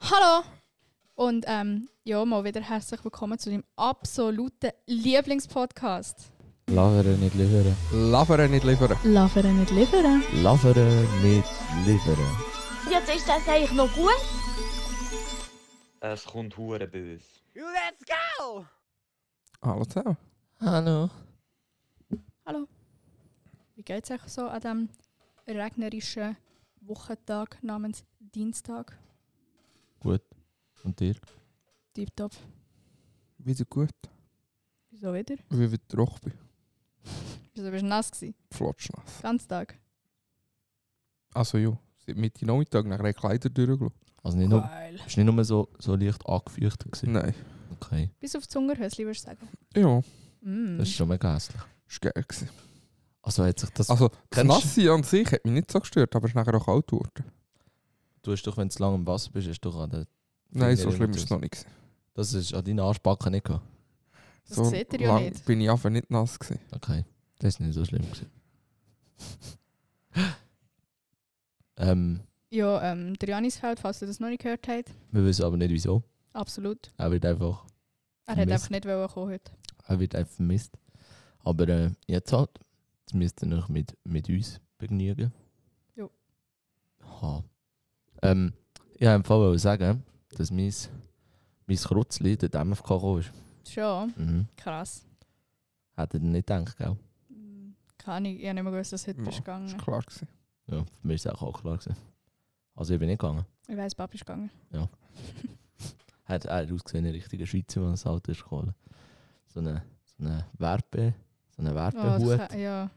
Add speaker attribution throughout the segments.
Speaker 1: Hallo! Und ähm, ja, mal wieder herzlich willkommen zu deinem absoluten Lieblingspodcast.
Speaker 2: Laveren nicht liefern.
Speaker 3: Laveren nicht liefern.
Speaker 1: Laveren nicht liefern.
Speaker 2: Laveren nicht liefern.
Speaker 4: Jetzt ist das eigentlich noch gut.
Speaker 5: Es kommt hure böse.
Speaker 3: Hallo zusammen.
Speaker 2: Hallo.
Speaker 1: Hallo. Wie geht's euch so an diesem regnerischen Wochentag namens Dienstag?
Speaker 2: Gut. Und dir?
Speaker 1: Tipptopp.
Speaker 3: Wieso gut?
Speaker 1: Wieso wieder?
Speaker 3: Wie wird der Rochbi?
Speaker 1: Wieso bist du nass gewesen?
Speaker 3: Flotschnass.
Speaker 1: Ganz Tag.
Speaker 3: Also ja, seit Mitte Nachmittag nach den Kleider durchgelassen.
Speaker 2: Also nicht nur,
Speaker 1: Geil.
Speaker 2: bist nicht nur so, so leicht angefeuchtet gewesen.
Speaker 3: Nein.
Speaker 2: Okay.
Speaker 1: Bis auf das Hungerhösli, würdest du sagen.
Speaker 3: Ja,
Speaker 1: Mm.
Speaker 2: Das ist schon mega hässlich.
Speaker 3: ist geil gewesen.
Speaker 2: Also hat sich das...
Speaker 3: Also, das
Speaker 2: Kennst-
Speaker 3: Nassi an sich hat mich nicht so gestört, aber es ist nachher auch kalt geworden.
Speaker 2: du hast doch, wenn du zu lange im Wasser bist, hast du doch an der... Finde
Speaker 3: Nein, so
Speaker 2: ich
Speaker 3: schlimm
Speaker 2: nicht
Speaker 3: ist es noch nicht. gewesen.
Speaker 2: Das ist an deinen Arschbacken nicht gegangen.
Speaker 1: Das
Speaker 3: so
Speaker 1: seht ihr ja
Speaker 3: lang
Speaker 1: nicht.
Speaker 3: bin ich einfach nicht nass gewesen.
Speaker 2: Okay. Das ist nicht so schlimm gewesen. ähm,
Speaker 1: Ja, ähm, der Janisfeld, falls ihr das noch nicht gehört habt.
Speaker 2: wir wissen aber nicht wieso.
Speaker 1: Absolut.
Speaker 2: Er wird einfach...
Speaker 1: Er hat
Speaker 2: Mist.
Speaker 1: einfach nicht wollen kommen heute.
Speaker 2: Er wird einfach vermisst. Aber äh, jetzt halt, jetzt müsst ihr euch mit, mit uns begnügen.
Speaker 1: Jo.
Speaker 2: Ha. Ähm, ich wollte im Fall wollte sagen, dass mein, mein Kreuzli der MFK gekommen ist.
Speaker 1: Schon,
Speaker 2: Mhm.
Speaker 1: krass.
Speaker 2: Hätte ihr nicht gedacht, gell?
Speaker 1: Mm, Keine Ahnung, ich habe nicht mehr gewusst, dass du heute
Speaker 3: Ja,
Speaker 1: bist
Speaker 3: Ist
Speaker 1: gegangen.
Speaker 3: klar gewesen.
Speaker 2: Ja, für mich war es auch, auch klar. Gewesen. Also ich bin nicht gegangen.
Speaker 1: Ich weiss, Papa ist gegangen.
Speaker 2: Hat er hat ausgesehen, ein richtiger Schweizer, der ins Auto ist gekommen. So eine, so eine Werbe, so eine
Speaker 1: Oh,
Speaker 2: Werbehut.
Speaker 1: das kann, ja.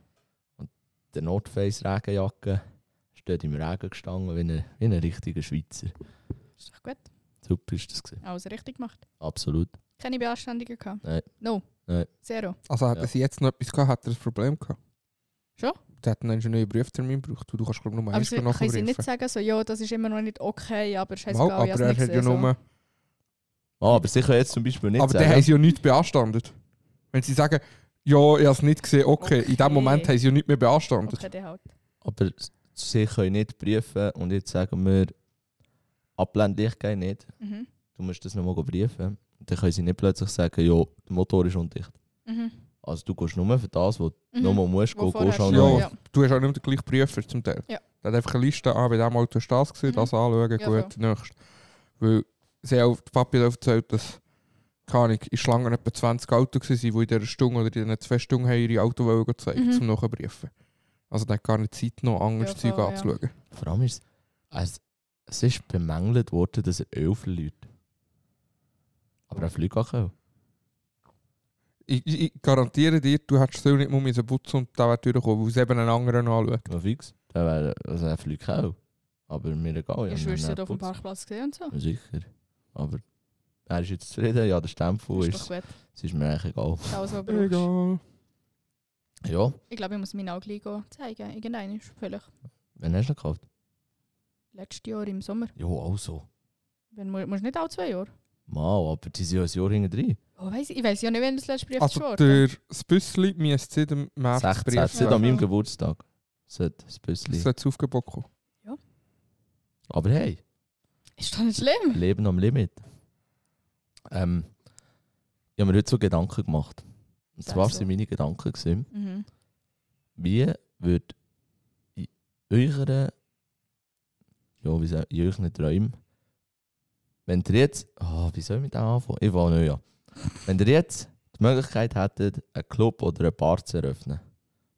Speaker 2: der Nordface Regenjacke. Steht im Regen gestanden, wie ein, wie ein richtiger Schweizer.
Speaker 1: Ist doch gut.
Speaker 2: Super ist das gewesen.
Speaker 1: Alles richtig gemacht.
Speaker 2: Absolut.
Speaker 1: Keine Beanständigung gehabt?
Speaker 2: Nein.
Speaker 1: No.
Speaker 2: Nein.
Speaker 1: Zero.
Speaker 3: Also, hätte
Speaker 2: Ja.
Speaker 3: sie jetzt noch etwas gehabt, hätte er ein Problem gehabt.
Speaker 1: Schon?
Speaker 3: Der hat einen neuen Prüftermin gebraucht. Du kannst, glaube ich, nur
Speaker 1: aber
Speaker 3: eins
Speaker 1: sie,
Speaker 3: nachprüfen.
Speaker 1: können sie nicht sagen, so, ja, das ist immer noch nicht okay, aber scheißegal,
Speaker 3: Mal, aber
Speaker 1: ich hab's
Speaker 3: er
Speaker 1: nicht
Speaker 3: hat ja
Speaker 1: gesehen. so.
Speaker 3: nur...
Speaker 2: Ah, aber sicher jetzt zum Beispiel nicht
Speaker 3: Aber
Speaker 2: sagen.
Speaker 3: dann haben sie ja nichts beanstandet. Wenn sie sagen, ja, ich habe es nicht gesehen, okay. In
Speaker 1: Okay.
Speaker 3: dem Moment haben sie ja nicht mehr beanstandet.
Speaker 1: Okay, dann halt.
Speaker 2: aber s- sie können nicht prüfen und jetzt sagen wir, Abblendlicht geht nicht.
Speaker 1: Mhm.
Speaker 2: Du musst das nochmal prüfen. Dann können sie nicht plötzlich sagen, ja, der Motor ist undicht.
Speaker 1: Mhm.
Speaker 2: Also du gehst nur um für das, was du
Speaker 1: Mhm.
Speaker 2: nochmal musst,
Speaker 1: Wo
Speaker 2: gehen, gehst auch
Speaker 1: vorher
Speaker 2: noch.
Speaker 1: schon,
Speaker 3: noch.
Speaker 1: ja.
Speaker 3: Du hast auch nicht den gleichen Prüfer zum Teil.
Speaker 1: Ja.
Speaker 3: Der hat einfach eine Liste an, bei dem Auto ist das gewesen,
Speaker 1: Mhm.
Speaker 3: das anschauen,
Speaker 1: Ja,
Speaker 3: gut, nächstes. Weil sie haben auf die Papier erzählt, dass, keine Ahnung, in Schlangen etwa 20 Autos waren, die in dieser Stunde oder in diesen zwei Stunden haben ihre Auto wollen gezeigt
Speaker 1: Mhm.
Speaker 3: zum nachprüfen. Also der hat gar nicht Zeit, noch anderes
Speaker 1: Ja,
Speaker 3: Zeug
Speaker 1: voll, ja.
Speaker 3: anzuschauen.
Speaker 2: Vor allem ist es, es ist bemängelt worden, dass er Öl verliert. Aber er fliegt auch. Öl.
Speaker 3: Ich, ich, ich garantiere dir, du hättest so nicht mal müssen putzen und der wäre durchgekommen, weil es eben einen anderen anschaut.
Speaker 2: Ja, fix. Der wär, also er fliegt auch. Aber mir egal.
Speaker 1: Ich schwör's
Speaker 2: meine,
Speaker 1: dir, auf dem
Speaker 2: putzt.
Speaker 1: Parkplatz gesehen und so.
Speaker 2: Ja, Sicher. Aber er ist jetzt zufrieden. Ja, der Stempel
Speaker 1: Ist doch
Speaker 2: ist,
Speaker 1: gut.
Speaker 2: es ist mir eigentlich egal.
Speaker 1: Ist alles, was du brauchst.
Speaker 3: Egal.
Speaker 2: Ja,
Speaker 1: Ich glaube, ich muss meinen auch gleich gehen zeigen. Irgendeinen ist vielleicht
Speaker 2: wann hast du ihn gekauft?
Speaker 1: letztes Jahr im Sommer.
Speaker 2: Ja, auch so.
Speaker 1: Wenn, mu- musst du nicht alle zwei Jahre?
Speaker 2: Mal, aber die sind ja ein Jahr hinten drin.
Speaker 1: Oh, weiss ich, ich weiß ja nicht, wenn das letzte Brief
Speaker 3: Also
Speaker 1: wurde.
Speaker 3: der, das Büssli müsste seit dem März
Speaker 2: 16.
Speaker 3: geprüft
Speaker 2: Nicht
Speaker 1: Ja.
Speaker 2: an
Speaker 3: werden.
Speaker 2: meinem Geburtstag. Sollte ein bisschen.
Speaker 3: Das hat es aufgebockt.
Speaker 2: Aber hey,
Speaker 1: Ist doch nicht schlimm.
Speaker 2: Leben am Limit. Ähm, ich habe mir heute so Gedanken gemacht. Und
Speaker 1: Das
Speaker 2: zwar
Speaker 1: so.
Speaker 2: sind meine Gedanken, gewesen,
Speaker 1: Mhm.
Speaker 2: wie würde in euren, ja, wie sagt, in euren Träumen, wenn ihr jetzt, Ah, wie soll ich mit dem anfangen? Ich war neu, ja. Wenn ihr jetzt die Möglichkeit hättet, einen Club oder eine Bar zu eröffnen,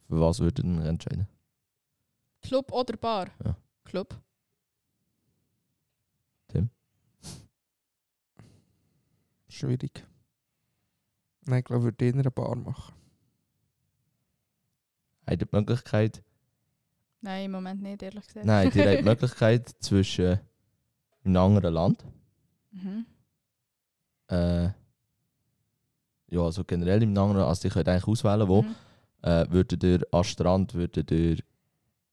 Speaker 2: für was würdet ihr euch entscheiden?
Speaker 1: Club oder Bar?
Speaker 2: Ja.
Speaker 1: Club.
Speaker 3: Schwierig. Nein, ich glaube, ich würde eher eine Bar machen.
Speaker 2: Habt ihr die Möglichkeit,
Speaker 1: Nein, im Moment nicht, ehrlich gesagt.
Speaker 2: nein, ihr habt die Möglichkeit zwischen einem anderen Land,
Speaker 1: Mhm.
Speaker 2: äh, ja, also generell im anderen, also ihr könnt eigentlich auswählen, wo,
Speaker 1: Mhm.
Speaker 2: äh, würdet ihr an den Strand, würdet ihr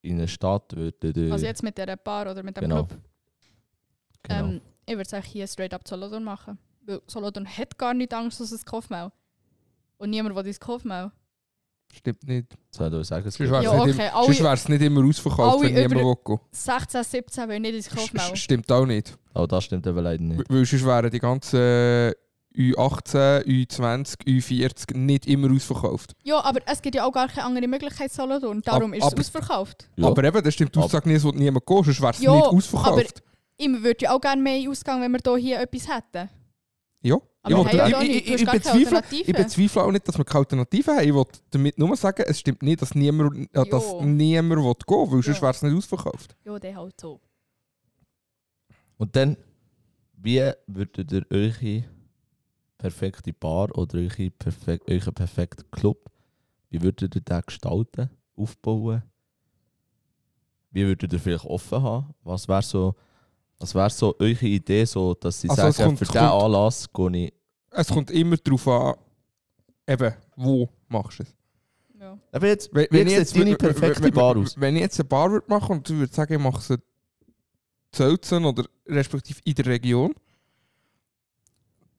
Speaker 2: in eine Stadt, würdet ihr,
Speaker 3: Eh,
Speaker 1: Also jetzt mit dieser Bar oder mit dem
Speaker 2: Genau,
Speaker 1: Club.
Speaker 2: genau.
Speaker 1: Ähm, ich würde es eigentlich hier straight up Solothurn machen. Oh, Weil Solothurn hat gar nicht Angst aus dem Kaufmau. Und niemand will dein Kaufmau.
Speaker 3: Stimmt nicht.
Speaker 2: Das soll ich sagen. es
Speaker 3: Sonst
Speaker 2: gibt-
Speaker 3: wär's
Speaker 1: Ja, oh,
Speaker 3: nicht
Speaker 1: okay.
Speaker 3: Sonst
Speaker 1: Alle
Speaker 3: wäre es nicht immer ausverkauft,
Speaker 1: alle
Speaker 3: wenn niemand
Speaker 1: über-
Speaker 3: will. gehen.
Speaker 1: 16, 17 wollen nicht ins Kaufmau.
Speaker 3: Sch- Stimmt auch nicht.
Speaker 2: Aber das stimmt eben leider nicht.
Speaker 3: Weil sonst wären die ganzen U18, U20, U40 nicht immer ausverkauft.
Speaker 1: Ja, aber es gibt ja auch gar keine andere Möglichkeit Solothurn. Darum
Speaker 3: Ab-
Speaker 1: ist es
Speaker 3: aber-
Speaker 1: ausverkauft.
Speaker 2: Ja.
Speaker 3: Aber eben, das stimmt die
Speaker 2: Aber-
Speaker 3: Aussage nicht, es wird niemand gehen, sonst wäre es
Speaker 1: Ja,
Speaker 3: nicht ausverkauft.
Speaker 1: Ich würde ja auch gerne mehr in Ausgang, wenn wir da hier etwas hätten.
Speaker 3: Ja.
Speaker 1: Aber wir
Speaker 3: will-
Speaker 1: haben ja
Speaker 2: ich-
Speaker 1: da nicht. Du
Speaker 3: ich- ich-
Speaker 1: hast
Speaker 3: ich
Speaker 1: gar keine
Speaker 3: bezweifle-
Speaker 1: Alternative.
Speaker 3: Ich bezweifle auch nicht, dass wir keine Alternativen haben. Ich will damit nur sagen, es stimmt nicht, dass niemand, äh,
Speaker 1: Jo.
Speaker 3: dass niemand will gehen will, sonst
Speaker 1: Ja.
Speaker 3: wäre es nicht ausverkauft.
Speaker 1: ja, der halt so.
Speaker 2: Und dann, wie würdet ihr eure perfekte Bar oder eure perfek euren perfekten Club, wie würdet ihr den gestalten, aufbauen? Wie würdet ihr vielleicht offen haben? Was wäre so, was wär so eure Idee, so, dass sie
Speaker 3: Also, es
Speaker 2: sagen,
Speaker 3: kommt-
Speaker 2: für
Speaker 3: es
Speaker 2: diesen
Speaker 3: kommt-
Speaker 2: Anlass gehe ich.
Speaker 3: Es kommt immer darauf an, eben, wo machst du es.
Speaker 1: Ja.
Speaker 2: Aber jetzt,
Speaker 3: Wenn,
Speaker 2: wie sieht deine perfekte Bar aus?
Speaker 3: Wenn ich jetzt eine Bar würde machen und ich würde sagen, ich mache sie in Zelzen oder respektive in der Region,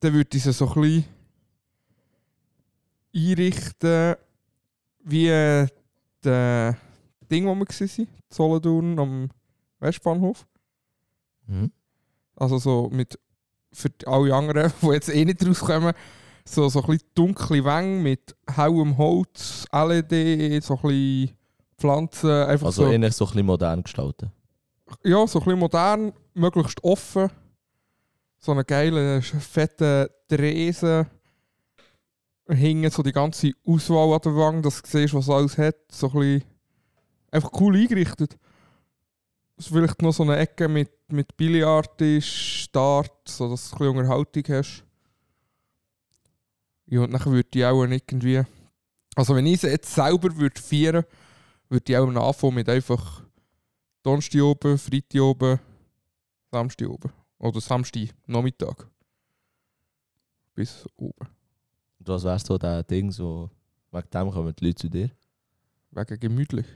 Speaker 3: dann würde ich sie so ein bisschen einrichten wie äh, das Ding, wo wir waren, Zollendurn am Westbahnhof.
Speaker 2: Mhm.
Speaker 3: Also so mit für die- alle anderen, die jetzt eh nicht rauskommen, so, so ein bisschen dunkle Wänge mit hellem Holz, LED, so ein bisschen Pflanzen, einfach
Speaker 2: Also
Speaker 3: so.
Speaker 2: ähnlich so ein bisschen modern gestalten.
Speaker 3: Ja, so ein bisschen modern, möglichst offen. So einen geilen, sch- fetten Tresen. Hingen so die ganze Auswahl an der Wand, dass du siehst, was alles hat. So ein bisschen einfach cool eingerichtet. Es Vielleicht noch so eine Ecke mit, mit Billardtisch, Start, so dass du ein bisschen Unterhaltung hast. Ja, und dann würde ich auch irgendwie... Also wenn ich es jetzt selber würde feiern würde ich auch anfangen mit einfach... Donnerstag oben, Freitag oben, Samstag oben. Oder Samstag Nachmittag. Bis oben.
Speaker 2: Und was wäre so der Ding, so, wegen dem kommen die Leute zu dir?
Speaker 3: Wegen gemütlich.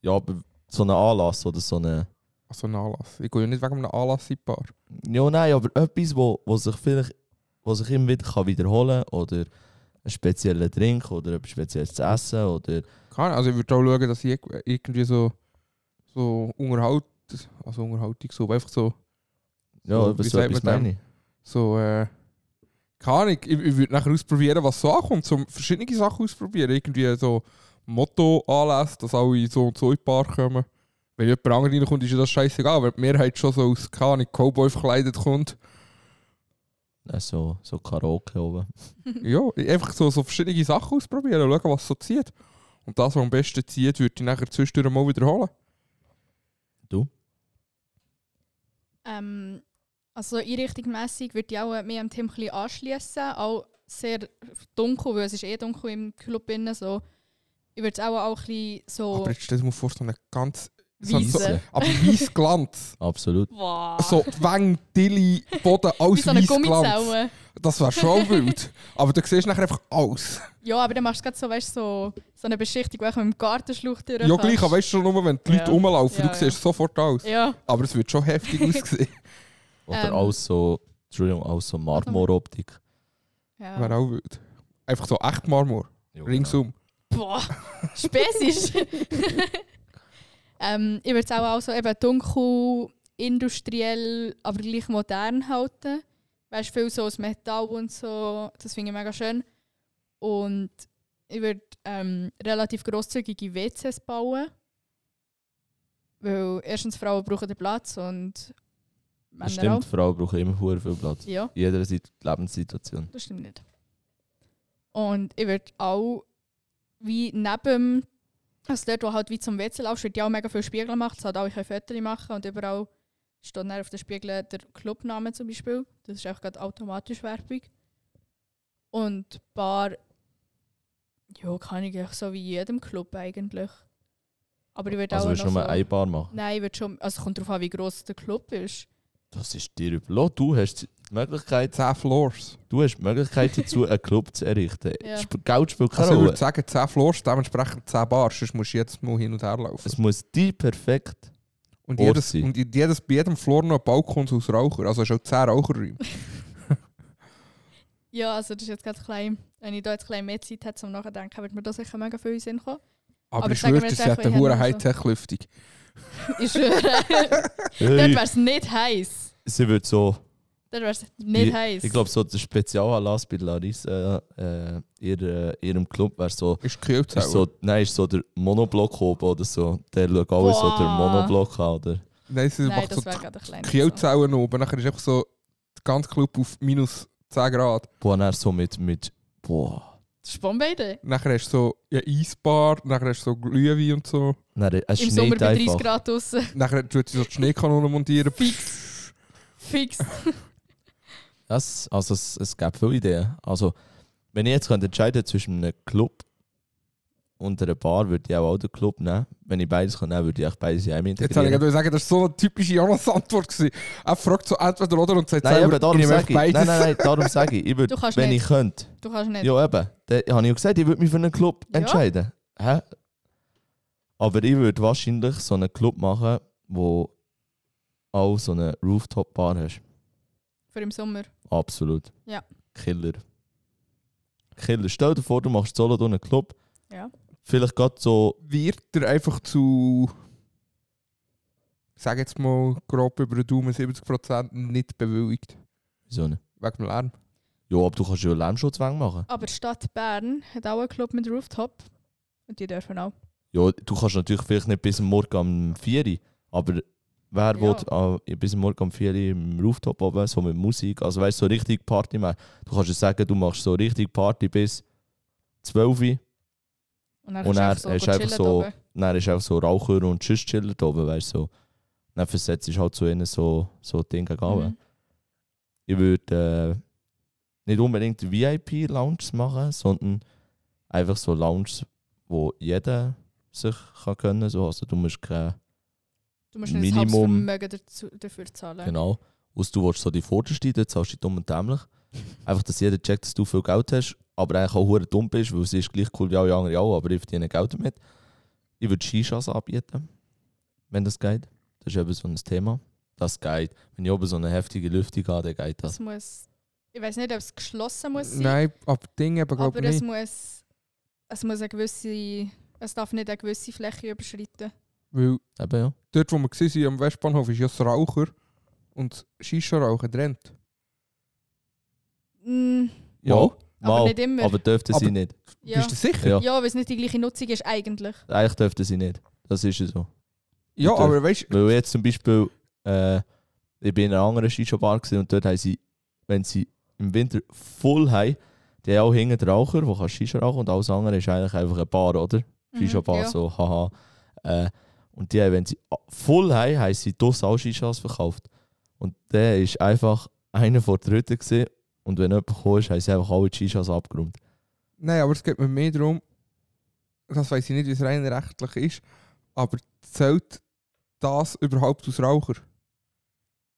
Speaker 2: Ja, aber so einen Anlass oder so eine.
Speaker 3: Also ein Anlass. Ich gehe ja nicht wegen einem Anlass in die Bar.
Speaker 2: Ja, nein, aber etwas, wo, wo sich vielleicht wo sich immer wieder kann wiederholen kann. Oder einen speziellen Drink oder etwas Spezielles zu essen. Oder
Speaker 3: Keine Ahnung, Also ich würde auch schauen, dass ich irg- irgendwie so, so Unterhalt, also Unterhaltung so, aber einfach so,
Speaker 2: ja,
Speaker 3: So,
Speaker 2: so,
Speaker 3: wie
Speaker 2: so
Speaker 3: sagt
Speaker 2: etwas
Speaker 3: man dem?
Speaker 2: meine ich.
Speaker 3: so, äh, keine Ahnung, ich, ich würde nachher ausprobieren, was so ankommt. So verschiedene Sachen ausprobieren. Irgendwie so Motto anlässt, dass alle so und so in die Bar kommen. Wenn jemand anderes reinkommt, ist ja das scheißegal, weil die Mehrheit schon so aus, keine Ahnung, Cowboy verkleidet kommt.
Speaker 2: Äh, So, so Karaoke oben.
Speaker 3: Ja, einfach so, so verschiedene Sachen ausprobieren, schauen, was so zieht. Und das, was am besten zieht, würde ich nachher zwischendurch mal wiederholen.
Speaker 1: Ähm, also einrichtungsmässig würde ich auch mehr am Team ein bisschen anschliessen. Auch sehr dunkel, weil es ist eh dunkel im Club innen. So. Ich würde es auch, auch ein bisschen so
Speaker 3: Aber jetzt stell dir mal vor, so eine ganz. so- so-
Speaker 1: weisen.
Speaker 3: Aber weiss Glanz.
Speaker 2: Absolut.
Speaker 1: Wow.
Speaker 3: So Wänge, Tilly, Boden,
Speaker 1: Ah. Wie
Speaker 3: alles
Speaker 1: so eine
Speaker 3: weiss Glanz.
Speaker 1: Gummizelle.
Speaker 3: Das wäre schon wild. Aber du siehst nachher einfach alles.
Speaker 1: Ja, aber dann machst du grad so, weißt, so, so eine Beschichtung, wo du mit dem Gartenschlauch durch
Speaker 3: Ja, gleich, aber weißt du schon nur, wenn die Leute
Speaker 1: Ja.
Speaker 3: rumlaufen,
Speaker 1: Ja,
Speaker 3: du
Speaker 1: ja.
Speaker 3: siehst sofort alles.
Speaker 1: Ja,
Speaker 3: Aber es wird schon heftig aussehen.
Speaker 2: Oder
Speaker 1: Ähm.
Speaker 2: alles so, Entschuldigung, alles so Marmoroptik.
Speaker 1: ja.
Speaker 3: Wäre auch wild. Einfach so echt Marmor.
Speaker 2: Ja,
Speaker 3: Ringsum.
Speaker 1: Boah, spezisch. ähm, ich würde es auch, auch so eben dunkel, industriell, aber gleich modern halten. Weißt viel so aus Metall und so, das finde ich mega schön. Und ich würde ähm, relativ grosszügige WCs bauen. Weil erstens Frauen brauchen den Platz und
Speaker 2: Genau.
Speaker 1: Männer
Speaker 2: Das stimmt,
Speaker 1: auch.
Speaker 2: Frauen brauchen immer hure viel Platz.
Speaker 1: Ja.
Speaker 2: In jeder Sit- Lebenssituation.
Speaker 1: Das stimmt nicht. Und ich würde auch wie neben dem- also dort, wo halt wie zum WC laufst, wird ja auch mega viel Spiegel gemacht. Es hat auch ich kann Fotos machen und überall steht dann auf den Spiegeln der Clubname zum Beispiel. Das ist auch gerade automatisch Werbung. Und ein paar, ja, kann ich eigentlich so wie in jedem Club eigentlich. Aber ich würde
Speaker 2: Also
Speaker 1: auch
Speaker 2: willst du
Speaker 1: noch
Speaker 2: nur
Speaker 1: so,
Speaker 2: eine Bar machen?
Speaker 1: Nein, ich würde schon, also es kommt darauf an, wie gross der Club ist.
Speaker 2: Das ist dir überlassen. Du hast die Möglichkeit,
Speaker 3: 10 Floors.
Speaker 2: du hast die Möglichkeit dazu, einen Club zu errichten.
Speaker 1: Ja.
Speaker 2: Sp- Geld spielt keine
Speaker 3: Also ich
Speaker 2: Rolle.
Speaker 3: würde sagen, 10 Floors, dementsprechend 10 Bars, sonst musst du jetzt mal hin und her laufen.
Speaker 2: Es muss die perfekt.
Speaker 3: Und
Speaker 2: Ort
Speaker 3: jedes,
Speaker 2: sein.
Speaker 3: und jedes, bei jedem Floor noch ein Balkon aus Raucher. Also schon 10 Raucherräume.
Speaker 1: Ja, also das ist jetzt gerade klein. Wenn ich da jetzt klein mehr Zeit hätte zum Nachdenken, würde mir da sicher mega viel in den Sinn kommen.
Speaker 3: Aber,
Speaker 1: Aber
Speaker 3: ich
Speaker 1: sagen wir
Speaker 3: schwöre, das
Speaker 1: jetzt
Speaker 3: ist
Speaker 1: einfach,
Speaker 3: eine
Speaker 1: ich
Speaker 3: hohe
Speaker 1: habe noch so-
Speaker 3: Hightech-Lüftung.
Speaker 1: Ich schwöre. Dort
Speaker 2: Hey,
Speaker 1: wäre es nicht heiß.
Speaker 2: sie wird so.
Speaker 1: Dort wäre es nicht heiß.
Speaker 2: Ich glaube, so der Spezialanlass bei Larissa, äh, ihr, äh, ihrem Club, wäre so.
Speaker 3: Ist gekühlt
Speaker 2: Ist so, nein, ist so der Monoblock oben oder so. Der schaut alle so der
Speaker 1: Boah.
Speaker 2: Monoblock an. Oder?
Speaker 3: Nein, sie
Speaker 1: Nein,
Speaker 3: macht so
Speaker 1: das wäre gerade ein kleiner.
Speaker 3: Kühlzellen oben. Nachher ist einfach so der ganze Club auf minus 10 Grad.
Speaker 2: Boah, dann so mit, mit boah.
Speaker 1: Das ist Bombeide.
Speaker 3: Nachher hast du so eine Eisbar, nachher hast du so Glühwein und so.
Speaker 2: Nein, es
Speaker 1: Im Sommer
Speaker 2: schneit
Speaker 1: bei 30
Speaker 2: einfach.
Speaker 1: Grad draußen.
Speaker 3: Nachher tut sie so die Schneekanone montieren.
Speaker 1: Fix. Fix.
Speaker 2: Das, also es, es gäbe viele Ideen. Also, wenn ich jetzt könnte entscheiden zwischen einem Club und einer Bar, würde ich auch, auch den Club nehmen. Wenn ich beides kann, nehmen, würde ich auch beides in einem
Speaker 3: Jetzt wollte ich
Speaker 2: integrieren.
Speaker 3: gerade sagen, das war so eine typische Jonas-Antwort. gewesen. Er fragt so entweder oder und sagt
Speaker 2: Nein,
Speaker 3: selber,
Speaker 2: eben, darum
Speaker 3: ich nehme
Speaker 2: sage ich. Nein,
Speaker 3: beides.
Speaker 2: nein, nein, darum sage ich. ich würd,
Speaker 1: Du kannst
Speaker 2: wenn
Speaker 1: nicht.
Speaker 2: ich könnte.
Speaker 1: Du kannst nicht.
Speaker 2: Ja, eben. Dann habe ich ja gesagt, ich würde mich für einen Club
Speaker 1: Ja.
Speaker 2: entscheiden. Hä? Aber ich würde wahrscheinlich so einen Club machen, wo auch so eine Rooftop-Bar hast.
Speaker 1: Für im Sommer.
Speaker 2: Absolut.
Speaker 1: Ja.
Speaker 2: Killer. Killer. Stell dir vor, du machst solo durch einen Club.
Speaker 1: Ja.
Speaker 2: Vielleicht gerade so
Speaker 3: Wird er einfach zu, sag jetzt mal grob über den Daumen, 70% nicht bewilligt.
Speaker 2: So eine.
Speaker 3: Wegen dem Lärm.
Speaker 2: Ja, aber du kannst ja einen Lärmschutzwang machen.
Speaker 1: Aber die Stadt Bern hat auch einen Club mit Rooftop. Und die dürfen auch.
Speaker 2: Ja, du kannst natürlich vielleicht nicht bis am Morgen um 4 Uhr, aber wer
Speaker 1: Ja.
Speaker 2: will äh, bis am Morgen um 4 Uhr im Rooftop oben, so mit Musik, also weißt du, so richtig Party machen. Du kannst ja sagen, du machst so richtig Party bis 12 Uhr,
Speaker 1: dann
Speaker 2: Und
Speaker 1: kannst du
Speaker 2: er- er ist einfach
Speaker 1: chillen
Speaker 2: so-
Speaker 1: oben.
Speaker 2: dann ist auch so Raucher und Tschüss chillen da oben, weißt du. So. Dann versetzt du halt zu ihnen so, so Dinge gegen
Speaker 1: Mhm.
Speaker 2: Ich würde äh, nicht unbedingt VIP-Lounge machen, sondern einfach so Lounge, wo jeder sich kann können so. Also du musst kein
Speaker 1: Du musst nicht
Speaker 2: Minimum-
Speaker 1: Minimum. das Vermögen dazu, dafür zahlen.
Speaker 2: Genau. Aus du willst so die vorderste, dann zahlst du die dumm und dämlich. Einfach, dass jeder checkt, dass du viel Geld hast, aber eigentlich auch hure dumm bist, weil sie ist gleich cool wie alle anderen auch, aber ich verdiene Geld damit. Ich würde Skishas anbieten, wenn das geht. Das ist eben so ein Thema. Das geht. Wenn ich oben so eine heftige Lüftung habe, dann geht das.
Speaker 1: Das muss, ich weiß nicht, ob es geschlossen muss sein,
Speaker 3: Nein, ab Ding eben glaube
Speaker 1: aber
Speaker 3: ich
Speaker 1: es
Speaker 3: nicht.
Speaker 1: muss, es muss eine gewisse, es darf nicht eine gewisse Fläche überschreiten.
Speaker 3: Weil
Speaker 2: Eben, ja.
Speaker 3: dort, wo wir waren, am Westbahnhof, ist ja das Raucher und Shisha-Rauchen trennt.
Speaker 1: Mm,
Speaker 2: Ja,
Speaker 1: aber
Speaker 2: mal.
Speaker 1: nicht immer.
Speaker 2: Aber dürften sie
Speaker 3: Aber-
Speaker 2: nicht.
Speaker 1: ja,
Speaker 3: Bist du sicher?
Speaker 2: Ja.
Speaker 1: ja. weil es nicht die gleiche Nutzung ist eigentlich.
Speaker 2: Eigentlich dürften sie nicht. Das ist ja so.
Speaker 3: Ja,
Speaker 2: Bitte.
Speaker 3: aber weißt du,
Speaker 2: Weil jetzt zum Beispiel, äh, ich bin in einer anderen Shisha-Bar gewesen und dort haben sie, wenn sie im Winter voll haben, die haben auch hinten die Raucher, die kann Shisha rauchen und alles andere ist eigentlich einfach eine Bar, oder? Shisha-Bar,
Speaker 1: Mhm. ja.
Speaker 2: so, haha. Äh, und die haben, wenn sie a- voll haben, haben sie das auch Shishas verkauft. Und der ist einfach einer von den Dritten gewesen. und wenn jemand gekommen ist, haben sie einfach alle die Shishas abgeräumt.
Speaker 3: nein, aber es geht mir mehr darum, das weiß ich nicht, wie es rein rechtlich ist, aber zählt das überhaupt dus als Raucher?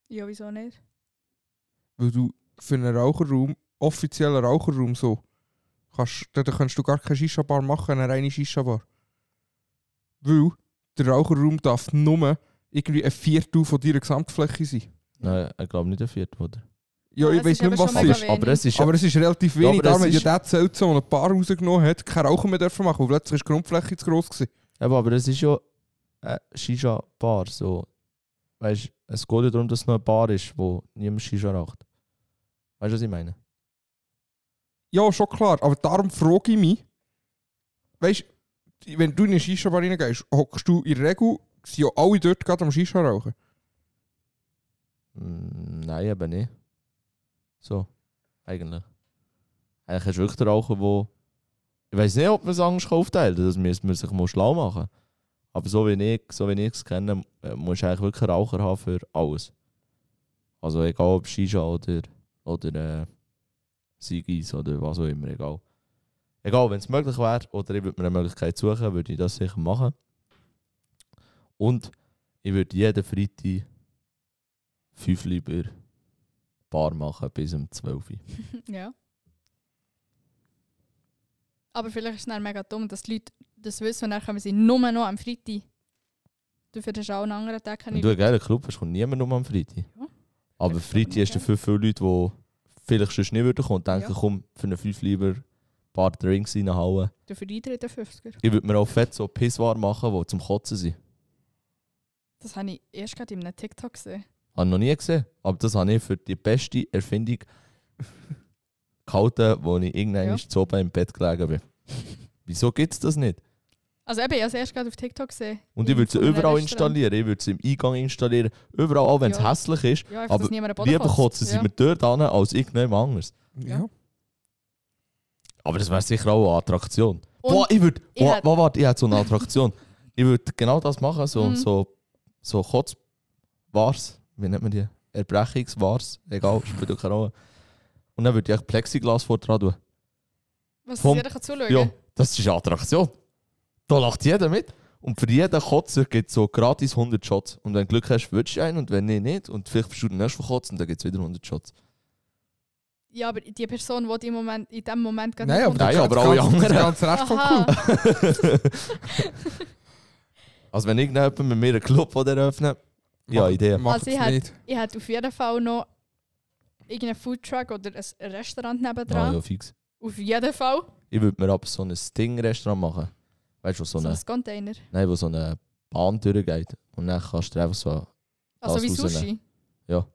Speaker 1: Ja, wieso nicht?
Speaker 3: Weil du für einen Raucherraum, offiziellen Raucherraum so, kannst, da, da kannst du gar keine Shisha-Bar machen, eine reine Shisha-Bar. Weil der Raucherraum darf nur irgendwie ein Viertel von deiner Gesamtfläche sein.
Speaker 2: Nein, ich glaube nicht ein Viertel, oder?
Speaker 3: Ja,
Speaker 1: Ah,
Speaker 3: ich
Speaker 1: es
Speaker 3: weiß
Speaker 1: ist
Speaker 3: nicht,
Speaker 1: eben
Speaker 3: was
Speaker 1: schon
Speaker 3: es
Speaker 1: mega
Speaker 3: ist.
Speaker 2: Aber es ist ja
Speaker 3: Aber es ist relativ
Speaker 2: Ja, aber
Speaker 3: wenig,
Speaker 2: es
Speaker 3: darum hat ja
Speaker 2: ist-
Speaker 3: der Zelt, der ein paar rausgenommen hat, kein Rauchen mehr dürfen machen, weil plötzlich ist die Grundfläche zu gross gewesen.
Speaker 2: Eben, aber es ist ja äh, eine Shisha-Bar. So. Weißt, es geht ja darum, dass es noch eine Bar ist, wo niemand Shisha raucht. Weißt du, was ich meine?
Speaker 3: Ja, schon klar, aber darum frage ich mich, weißt du, wenn du in eine Shisha-Bar reingehst, hockst du in der Regel, sind ja alle dort gerade am Shisha rauchen.
Speaker 2: Mm, nein, eben nicht. So, eigentlich. Eigentlich hast du wirklich den Raucher, wo. Ich weiß nicht, ob man es anders kann aufteilen kann. Das müsste man sich mal schlau machen. Aber so wie ich so wie ich es kenne, äh, musst du eigentlich wirklich einen Raucher haben für alles. Also egal ob Shisha oder, oder äh, Sigis oder was auch immer, egal. Egal, wenn es möglich wäre oder ich würde mir eine Möglichkeit suchen, würde ich das sicher machen. Und ich würde jeden Freitag fünf lieber Bar machen bis um 12 Uhr.
Speaker 1: ja. Aber vielleicht ist es dann mega dumm, dass die Leute das wissen und dann kommen sie nur noch am Freitag. Dafür hast du auch einen anderen Tag. keine
Speaker 2: Wenn du einen geilen Club hast, kommt niemand nur um am Freitag.
Speaker 1: Ja.
Speaker 2: Aber
Speaker 1: Das ist
Speaker 2: Freitag
Speaker 1: aber
Speaker 2: hast du
Speaker 1: nicht
Speaker 2: viel, viele Leute, die vielleicht sonst nicht würde kommen und denken,
Speaker 1: Ja.
Speaker 2: komm, für einen 5 lieber ein paar Drinks reinhauen.
Speaker 1: Du für die 50er.
Speaker 2: Ich würde mir auch fett so Pisswar machen, die zum Kotzen sind.
Speaker 1: Das habe ich erst gerade in einem TikTok gesehen.
Speaker 2: Habe ich noch nie gesehen. Aber das habe ich für die beste Erfindung gehalten, wo ich irgendwann
Speaker 1: Ja.
Speaker 2: ja. zu oben im Bett gelegen bin. Wieso gibt es das nicht?
Speaker 1: Also eben, ich habe es erst gerade auf TikTok gesehen.
Speaker 2: Und ich würde
Speaker 1: Von
Speaker 2: sie
Speaker 1: einem
Speaker 2: überall
Speaker 1: Restaurant.
Speaker 2: installieren. Ich würde sie im Eingang installieren. Überall, auch wenn es
Speaker 1: Ja.
Speaker 2: hässlich ist.
Speaker 1: Ja, einfach,
Speaker 2: Aber
Speaker 1: dass niemand einen
Speaker 2: Lieber
Speaker 1: kotzt.
Speaker 2: kotzen
Speaker 1: ja.
Speaker 2: sie mir dort an, als irgendjemand anderes.
Speaker 3: Ja.
Speaker 2: Aber das wäre sicher auch eine Attraktion.
Speaker 1: Und
Speaker 2: boah, ich würde.
Speaker 1: ich
Speaker 2: Boah,
Speaker 1: hätt-
Speaker 2: boah, warte, ich hätte so eine Attraktion. ich würde genau das machen, so,
Speaker 1: Mhm.
Speaker 2: so, so Kotz. Wars. Wie nennt man die? Erbrechungswars. Egal, spielt doch keine Rolle. Und dann würde ich echt Plexiglas vor dran tun.
Speaker 1: was
Speaker 2: vom-
Speaker 1: jeder kann zuschauen
Speaker 2: Ja, das ist eine Attraktion. Da lacht jeder mit. Und für jeden Kotzer gibt es so gratis 100 Shots. Und wenn du Glück hast, würdest du einen und wenn nicht, nicht. Und vielleicht bist du der nächste der kotzt und dann gibt es wieder 100 Shots.
Speaker 1: Ja, aber die Person, die du im Moment, in dem Moment gerade
Speaker 3: Nein, aber,
Speaker 1: nicht
Speaker 2: Nein, aber
Speaker 3: das
Speaker 2: alle
Speaker 3: ganze-
Speaker 2: anderen.
Speaker 3: Das ganze Rest kommt cool.
Speaker 1: Aha.
Speaker 2: Also wenn irgendjemand mit mir einen Club will eröffnen Ja, Idee.
Speaker 3: Mach
Speaker 1: Also
Speaker 3: es
Speaker 1: ich hätte-
Speaker 3: nicht.
Speaker 1: Ich hätte auf jeden Fall noch irgendeinen Foodtruck oder ein Restaurant nebendran.
Speaker 2: will, Ah, ja, fix.
Speaker 1: Auf jeden Fall.
Speaker 2: Ich würde mir ab so ein Sting-Restaurant machen. Weißt du, wo so,
Speaker 1: So
Speaker 2: eine,
Speaker 1: ein Container.
Speaker 2: nein, wo so eine Bahn durchgeht. Und dann kannst du einfach so,
Speaker 1: Also
Speaker 2: Das
Speaker 1: wie Sushi.
Speaker 2: rausnehmen. Ja.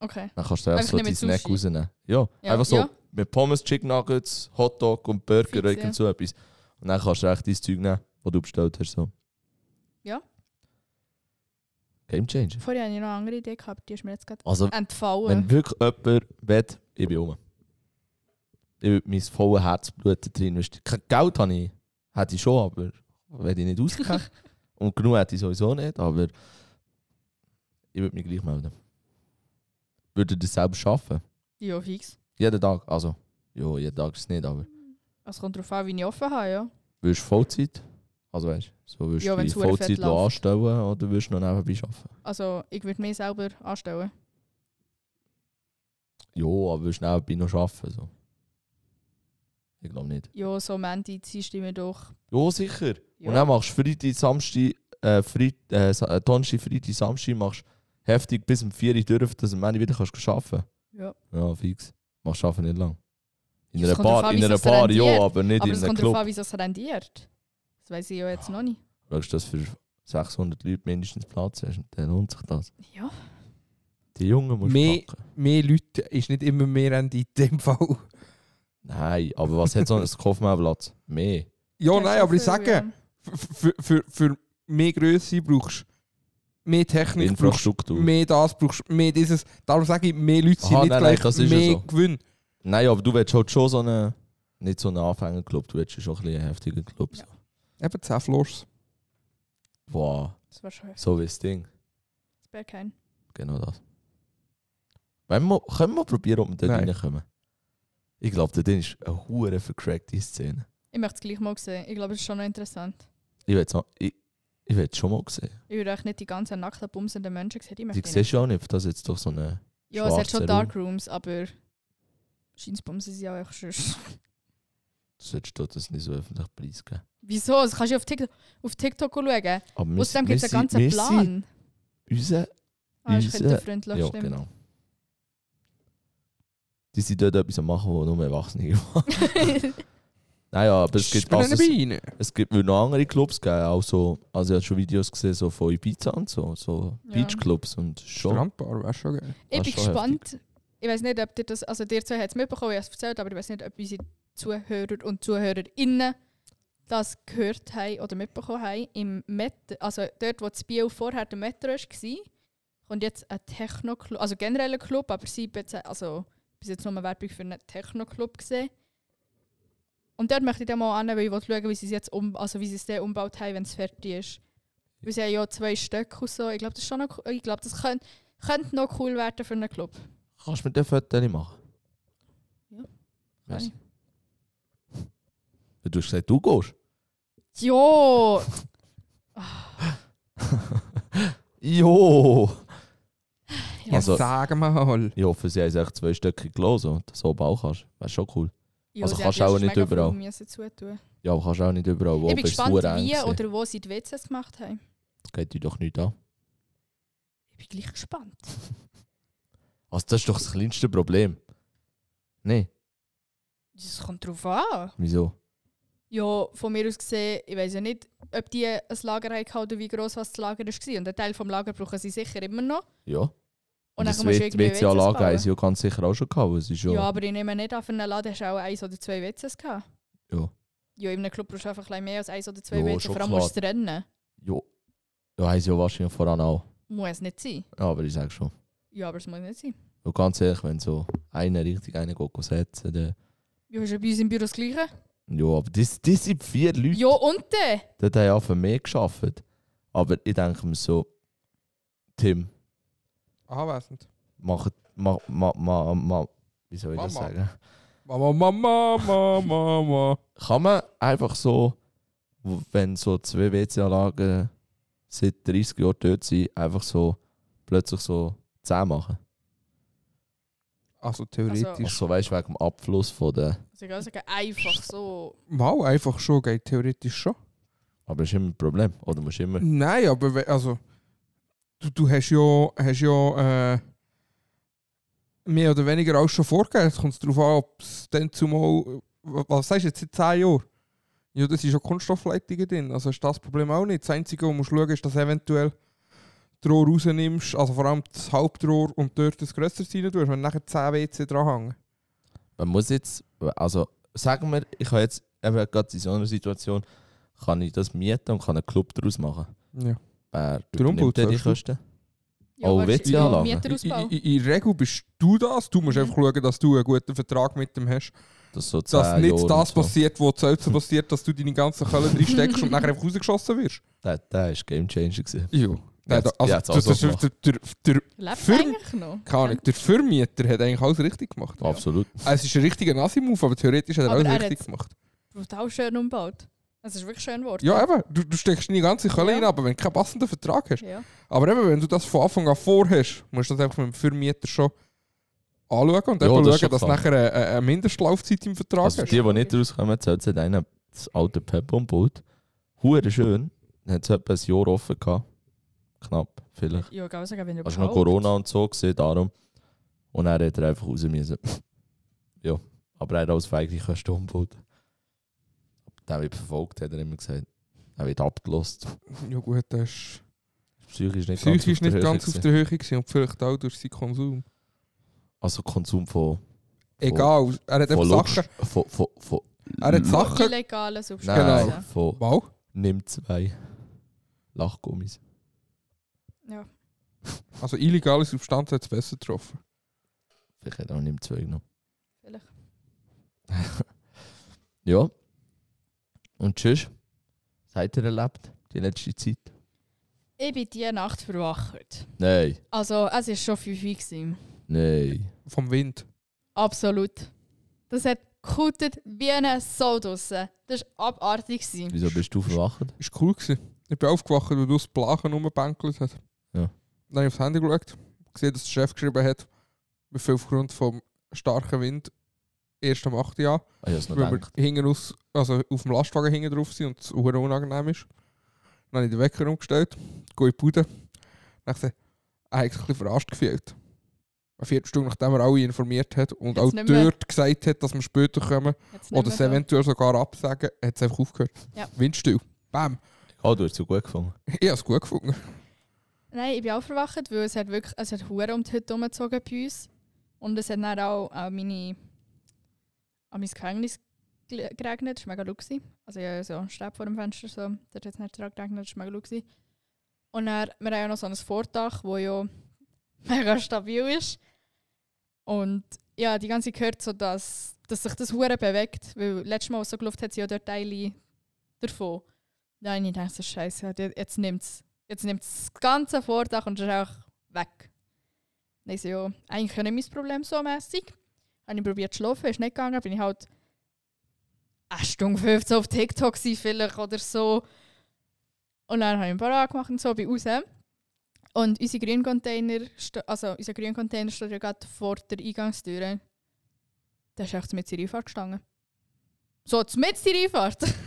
Speaker 1: Okay.
Speaker 2: dann kannst du einfach
Speaker 1: Einfach
Speaker 2: so
Speaker 1: nicht
Speaker 2: deinen
Speaker 1: mit
Speaker 2: Snack
Speaker 1: Sushi.
Speaker 2: rausnehmen. Ja,
Speaker 1: Ja,
Speaker 2: einfach so
Speaker 1: ja.
Speaker 2: mit Pommes, Chicken Nuggets, Hotdog und Burger
Speaker 1: Fix,
Speaker 2: oder irgend
Speaker 1: ja.
Speaker 2: so etwas. Und dann kannst du echt dein Zeug nehmen, das du bestellt hast. So.
Speaker 1: Ja.
Speaker 2: Game Changer.
Speaker 1: Vorher hatte ich noch eine andere Idee gehabt, die ist mir jetzt gerade
Speaker 2: Also,
Speaker 1: entfallen.
Speaker 2: wenn wirklich jemand will, ich bin um. Ich würde mein volles Herzblut drin investieren. Kein Geld habe ich, hätte ich schon, aber wenn ich nicht ausgegeben Und genug hätte ich sowieso nicht, aber ich würde mich gleich melden. Würde das selber schaffen?
Speaker 1: ja, fix.
Speaker 2: Jeden Tag, also. Ja, jeden Tag ist es nicht, aber.
Speaker 1: Es Also kommt darauf an, wie ich offen habe, ja.
Speaker 2: Willst du Vollzeit? Also weißt du, so willst
Speaker 1: Ja,
Speaker 2: du dich
Speaker 1: wenn's verdammt fett
Speaker 2: Vollzeit
Speaker 1: läuft.
Speaker 2: anstellen oder willst du noch nebenbei arbeiten?
Speaker 1: Also ich würde mich selber anstellen.
Speaker 2: Ja, aber willst du nebenbei noch arbeiten? So. Ich glaube nicht.
Speaker 1: Ja, so Menti, ziehst du mir doch.
Speaker 2: Ja, sicher.
Speaker 1: Ja.
Speaker 2: Und dann machst du Freitag, Samstag, äh, Freit, äh, Sa- äh, Donnerstag, Freitag, Samstag, machst heftig bis um 4 Uhr durch, dass du am Ende wieder kannst arbeiten
Speaker 1: Ja.
Speaker 2: Ja, fix. Machst arbeiten nicht lang. In
Speaker 1: Ja, es
Speaker 2: einer
Speaker 1: kommt drauf
Speaker 2: Bar,
Speaker 1: an,
Speaker 2: in
Speaker 1: wie
Speaker 2: einer
Speaker 1: es
Speaker 2: Bar, ja,
Speaker 1: rendiert.
Speaker 2: aber nicht
Speaker 1: Aber
Speaker 2: in
Speaker 1: es
Speaker 2: einem
Speaker 1: kommt darauf
Speaker 2: Club.
Speaker 1: an, wie es rendiert. Das weiß ich ja jetzt noch nicht.
Speaker 2: Schaust du, dass für 600 Leute mindestens Platz hast, und dann lohnt sich das.
Speaker 1: Ja.
Speaker 2: Die Jungen musst du
Speaker 3: Mehr-
Speaker 2: packen.
Speaker 3: Mehr Leute ist nicht immer mehr Ende in dem Fall.
Speaker 2: Nein, aber was hat so ein Kaufmannplatz? Mehr.
Speaker 3: Ja,
Speaker 1: Hast
Speaker 3: nein,
Speaker 1: du
Speaker 3: aber ich
Speaker 1: viel,
Speaker 3: sage,
Speaker 1: ja.
Speaker 3: für, für, für mehr Größe brauchst du mehr Technik, brauchst du
Speaker 2: Infrastruktur.
Speaker 3: mehr das, brauchst du mehr dieses. Darum sage ich, mehr Leute sind
Speaker 2: Aha,
Speaker 3: nicht
Speaker 2: nein, nein,
Speaker 3: gleich
Speaker 2: das ist ja
Speaker 3: mehr
Speaker 2: so.
Speaker 3: Gewinn.
Speaker 2: Nein, aber du willst halt schon so einen, nicht so einen Anfängerclub, du willst schon ein bisschen einen heftigen Club.
Speaker 1: Ja.
Speaker 3: Eben 10 Floors.
Speaker 2: Wow,
Speaker 1: Das war schon heftig.
Speaker 2: so wie das Ding.
Speaker 1: Das wäre kein.
Speaker 2: Genau das. Wenn wir, können wir probieren, ob wir dort
Speaker 3: Nein.
Speaker 2: reinkommen? Ich glaube, dort drin ist eine hure vercrackte Szene.
Speaker 1: Ich möchte es gleich mal sehen. Ich glaube, es ist schon noch interessant.
Speaker 2: Ich will es ich, ich will's schon mal sehen.
Speaker 1: Ich würde echt nicht die ganzen nackten, bumsenden Menschen sehen. Ich möchte
Speaker 2: Die
Speaker 1: die
Speaker 2: siehst du auch nicht, das jetzt doch so eine.
Speaker 1: nicht. Ja, es hat schon
Speaker 2: schwarzen Raum.
Speaker 1: Darkrooms, aber scheinbar bumsen sie auch echt sonst.
Speaker 2: Du solltest doch das nicht so öffentlich preisgeben.
Speaker 1: Wieso? Das kannst du auf TikTok, auf TikTok schauen.
Speaker 2: Aber wir-
Speaker 1: Außerdem
Speaker 2: wir
Speaker 1: gibt es einen
Speaker 2: sind-
Speaker 1: ganzen
Speaker 2: wir sind
Speaker 1: Plan.
Speaker 2: Unser
Speaker 1: Ah, ist
Speaker 2: unser-
Speaker 1: kinderfreundlich,
Speaker 2: Ja,
Speaker 1: stimmt.
Speaker 2: genau. Die sind dort etwas am machen, wo nur Erwachsene machen. genau. naja, aber es gibt, also, es,
Speaker 3: Spinnen rein.
Speaker 2: es gibt wohl noch andere Clubs geben, auch so, also ich habe schon Videos gesehen so von Ibiza und so, so
Speaker 1: Ja.
Speaker 2: Beachclubs und schon.
Speaker 3: Strandbar wäre schon geil.
Speaker 1: Ich
Speaker 2: Das
Speaker 1: bin
Speaker 2: ist schon
Speaker 1: gespannt. Ich weiß nicht, ob dir das, also dir zwei hat es mitbekommen, ich habe es erzählt, aber ich weiß nicht, ob unsere Zuhörer und Zuhörerinnen das gehört haben oder mitbekommen haben. Im Met also dort, wo das Bio vorher der Metro war, kommt jetzt ein Techno-Club, also generell ein Club, aber sie beze- also bis jetzt nur eine Werbung für einen Techno-Club gesehen. Und dort möchte ich dann mal an, weil ich will schauen, wie sie es jetzt um, also wie sie es dann umgebaut haben, wenn es fertig ist. Weil sie haben ja zwei Stöcke und so. Ich glaube, das ist schon noch, cool. ich glaube, das könnte könnte noch cool werden für einen Club.
Speaker 2: Kannst du mit den Fotos machen?
Speaker 1: Ja.
Speaker 2: Merci. Du hast gesagt, du gehst.
Speaker 1: Jo!
Speaker 2: Jo!
Speaker 1: Ja.
Speaker 2: Also-
Speaker 3: ja, sagen wir mal.
Speaker 2: Ich hoffe, sie haben es echt zwei Stücke gelesen und das oben auch kannst. Wäre schon cool. Also kannst du auch nicht überall.
Speaker 1: Ich
Speaker 2: Ja, aber kannst auch nicht überall. Wo
Speaker 1: bin
Speaker 2: bist
Speaker 1: gespannt,
Speaker 2: du eng
Speaker 1: wie
Speaker 2: gewesen.
Speaker 1: oder wo sie die WCs gemacht haben.
Speaker 2: Das geht dir doch nicht an.
Speaker 1: Ich bin gleich gespannt.
Speaker 2: Also das ist doch das kleinste Problem. Nein,
Speaker 1: Das kommt drauf an.
Speaker 2: wieso?
Speaker 1: Ja, von mir aus gesehen, ich weiß ja nicht, ob die ein Lager hatten oder wie gross was das Lager war. Und einen Teil vom Lager brauchen sie sicher immer noch.
Speaker 2: Ja.
Speaker 1: Und,
Speaker 2: das
Speaker 1: dann kannst du
Speaker 2: W-
Speaker 1: irgendwie WCs
Speaker 2: WC-Anlage haben
Speaker 1: bauen.
Speaker 2: sie ja ganz sicher auch schon gehabt. Es ist ja,
Speaker 1: Ja, aber ich nehme nicht an, für einen Laden hast du auch eins oder zwei WCs gehabt.
Speaker 2: Ja.
Speaker 1: Ja, in einem Club brauchst du einfach ein bisschen mehr als eins oder zwei
Speaker 2: Ja,
Speaker 1: WCs.
Speaker 2: schon
Speaker 1: Vor allem
Speaker 2: klar.
Speaker 1: musst du es trennen.
Speaker 2: ja, ja, haben sie ja wahrscheinlich voran auch.
Speaker 1: Muss es nicht sein.
Speaker 2: Ja, aber ich sage schon.
Speaker 1: Ja, aber es muss nicht sein.
Speaker 2: Und ganz ehrlich, wenn so einer richtig einen geht setzen, dann.
Speaker 1: Ja, ist ja bei uns im Büro das Gleiche.
Speaker 2: Ja, aber das, das sind vier Leute.
Speaker 1: Ja, und dann?
Speaker 2: Dort haben ja für mehr geschafft. Aber ich denke mir so, Tim,
Speaker 3: Anwesend.
Speaker 2: mach, mach, mach, mach, mach wie soll ich das
Speaker 3: Mama.
Speaker 2: sagen?
Speaker 3: Mama, Mama, Mama, Mama.
Speaker 2: Kann man einfach so, wo- wenn so zwei WC-Anlagen seit 30 Jahren dort sind, einfach so plötzlich so 10 machen?
Speaker 3: Also theoretisch.
Speaker 2: Also weißt du, wegen dem Abfluss von der...
Speaker 1: Also ich kann sagen, einfach so.
Speaker 3: Mal einfach schon, geht theoretisch schon.
Speaker 2: Aber das ist immer ein Problem. Oder musst immer...
Speaker 3: Nein, aber we- also, du, du hast ja, hast ja äh, mehr oder weniger alles schon vorgegeben. Es kommt darauf an, ob es dann zumal, äh, was sagst du jetzt, seit 10 Jahren? Ja, das ist ja Kunststoffleitungen drin, also ist das Problem auch nicht. Das Einzige, was du schauen musst, ist, dass du eventuell das Rohr rausnimmst, also vor allem das Hauptrohr und dort das grösseres rein tust, wenn nachher 10 WC dranhängen.
Speaker 2: Man muss jetzt... Also sagen wir, ich habe jetzt eben gerade in so einer Situation, kann ich das mieten und kann einen Club daraus machen.
Speaker 3: Ja.
Speaker 2: Wer
Speaker 3: Darum
Speaker 2: übernimmt denn die
Speaker 3: baut's, weißt
Speaker 2: Kosten?
Speaker 1: Ja,
Speaker 2: Oh,
Speaker 1: wahrscheinlich-
Speaker 2: WC-Anlage.
Speaker 1: Ja,
Speaker 3: In,
Speaker 1: Mieterausbau.
Speaker 3: in, in in der Regel bist du das, du musst
Speaker 1: Mhm.
Speaker 3: einfach schauen, dass du einen guten Vertrag mit dem hast.
Speaker 2: Das so
Speaker 3: dass
Speaker 2: 10
Speaker 3: nicht
Speaker 2: Jahre
Speaker 3: das
Speaker 2: und so.
Speaker 3: passiert, was selten passiert, dass du deine ganzen Köln drin steckst und nachher einfach rausgeschossen wirst.
Speaker 2: Der, der ist Game Changer gewesen.
Speaker 3: Ja. Nein, da,
Speaker 2: Jetzt-
Speaker 3: also,
Speaker 2: jetzt also
Speaker 3: der, der, der, der, der,
Speaker 1: Lebt
Speaker 3: Für-
Speaker 1: eigentlich noch?
Speaker 3: keine Ahnung, der Vermieter hat eigentlich alles richtig gemacht.
Speaker 2: Absolut.
Speaker 3: Es ist ein richtiger Nazi-Move, aber theoretisch hat er
Speaker 1: Aber
Speaker 3: alles
Speaker 1: er
Speaker 3: richtig
Speaker 1: hat's-
Speaker 3: gemacht.
Speaker 1: Brutal schön umgebaut. Es ist wirklich schön geworden.
Speaker 3: Ja, eben, du, du steckst deine ganze Köln
Speaker 1: Ja.
Speaker 3: rein, aber wenn du keinen passenden Vertrag hast.
Speaker 1: Ja.
Speaker 3: Aber eben, wenn du das von Anfang an vorhast, musst du das einfach mit dem Vermieter schon anschauen und
Speaker 2: Ja,
Speaker 3: eben
Speaker 2: das ist
Speaker 3: schauen,
Speaker 2: schon
Speaker 3: dass du
Speaker 2: klar.
Speaker 3: nachher eine, eine Mindestlaufzeit im Vertrag
Speaker 2: Also
Speaker 3: hast.
Speaker 2: die, die nicht rauskommen, zählt hat einer das alte Pep umgebaut. Hure schön. Hat es etwa ein Jahr offen gehabt. Knapp, vielleicht.
Speaker 1: Ja, kann ich sagen, wenn
Speaker 2: Also
Speaker 1: überhaupt.
Speaker 2: noch Corona und so gesehen, darum. Und er hat er einfach raus müssen. ja. Aber er hat als feige Kosten umgebaut. Der wird verfolgt, hat er immer gesagt. Er wird abgelost.
Speaker 3: Ja gut, das ist...
Speaker 2: Psychisch nicht ganz
Speaker 3: Psychisch
Speaker 2: auf der
Speaker 3: nicht
Speaker 2: Höhe
Speaker 3: ganz auf
Speaker 2: gewesen.
Speaker 3: der Höhe gewesen und vielleicht auch durch seinen Konsum.
Speaker 2: Also Konsum von,
Speaker 3: Egal, er hat
Speaker 2: von Mhm.
Speaker 3: einfach
Speaker 2: Lux.
Speaker 3: Sachen.
Speaker 2: Von, von, von,
Speaker 3: Er hat Sachen.
Speaker 1: Illegale Substanzen.
Speaker 2: nein,
Speaker 3: Genau.
Speaker 2: von
Speaker 3: Wow.
Speaker 2: nimm zwei Lachgummis.
Speaker 1: Ja.
Speaker 3: Also illegale Substanzen hat es besser getroffen.
Speaker 2: Vielleicht hat er auch nimm zwei genommen.
Speaker 1: Vielleicht.
Speaker 2: Ja. Und tschüss. Seid ihr erlebt, die letzte Zeit?
Speaker 1: Ich bin diese Nacht verwacht.
Speaker 2: Nein,
Speaker 1: Also, es war schon 5 Uhr. gewesen.
Speaker 2: nein.
Speaker 3: Vom Wind.
Speaker 1: Absolut. Das hat gekutet wie eine Sau draussen. Das war abartig. gewesen.
Speaker 2: Wieso bist du verwacht?
Speaker 3: Ist cool gewesen. Ich bin aufgewacht, weil du das Blachen rumgebänkelt hast.
Speaker 2: Ja.
Speaker 3: Dann habe ich aufs Handy geschaut, gesehen, dass der Chef geschrieben hat, wie viel aufgrund vom starken Wind erst am 8. Jahr,
Speaker 2: Ah, ich hab's noch
Speaker 3: weil wir
Speaker 2: gedacht.
Speaker 3: hinten aus, also auf dem Lastwagen hinten drauf sind und es sehr unangenehm ist. Dann habe ich den Wecker umgestellt, gehe in die Bude. Dann habe ich ein bisschen verarscht gefühlt. Eine Viertelstunde, nachdem er alle informiert hat
Speaker 1: Hat's
Speaker 3: und auch
Speaker 1: nicht mehr-
Speaker 3: dort gesagt hat, dass wir später kommen,
Speaker 1: Hat's nicht
Speaker 3: Oder
Speaker 1: mehr
Speaker 3: es eventuell sogar absagen, hat es einfach aufgehört.
Speaker 1: Ja.
Speaker 3: Windstill. Bam.
Speaker 2: Ah, du hast so gut gefunden.
Speaker 3: Ich habe es gut gefunden.
Speaker 1: so. Nein, ich bin auch verwacht, weil es hat wirklich es hat Huren um die Hütte herumgezogen bei uns. Und es hat dann auch an, meine, an mein Gefängnis gel- geregnet. Das war mega laut. gewesen. Also ich habe so einen Stab vor dem Fenster, so. dort hat es nicht dran geregnet, das war mega laut. gewesen. Und dann, wir haben ja noch so ein Vordach, das ja mega stabil ist. Und ja, die ganze Zeit gehört so, dass, dass sich das Huren bewegt. Weil letztes Mal, als es so gelaufen hat, sind ja dort Teile davon. Nein, ich dachte so, scheiße, jetzt nimmt es jetzt nimmt's das ganze Vordach und ist einfach weg. Dann so, ja, eigentlich ja nicht mein Problem so mäßig. Habe ich probiert zu schlafen, ist nicht gegangen, bin ich halt eine Stunde 15 auf TikTok gewesen vielleicht oder so. Und dann habe ich ein paar angemacht und so, bin raus. Und unser Grüncontainer, sta- also unser Grüncontainer steht ja gerade vor der Eingangstür. Da ist echt mit der Einfahrt gestanden. So, mit der Einfahrt!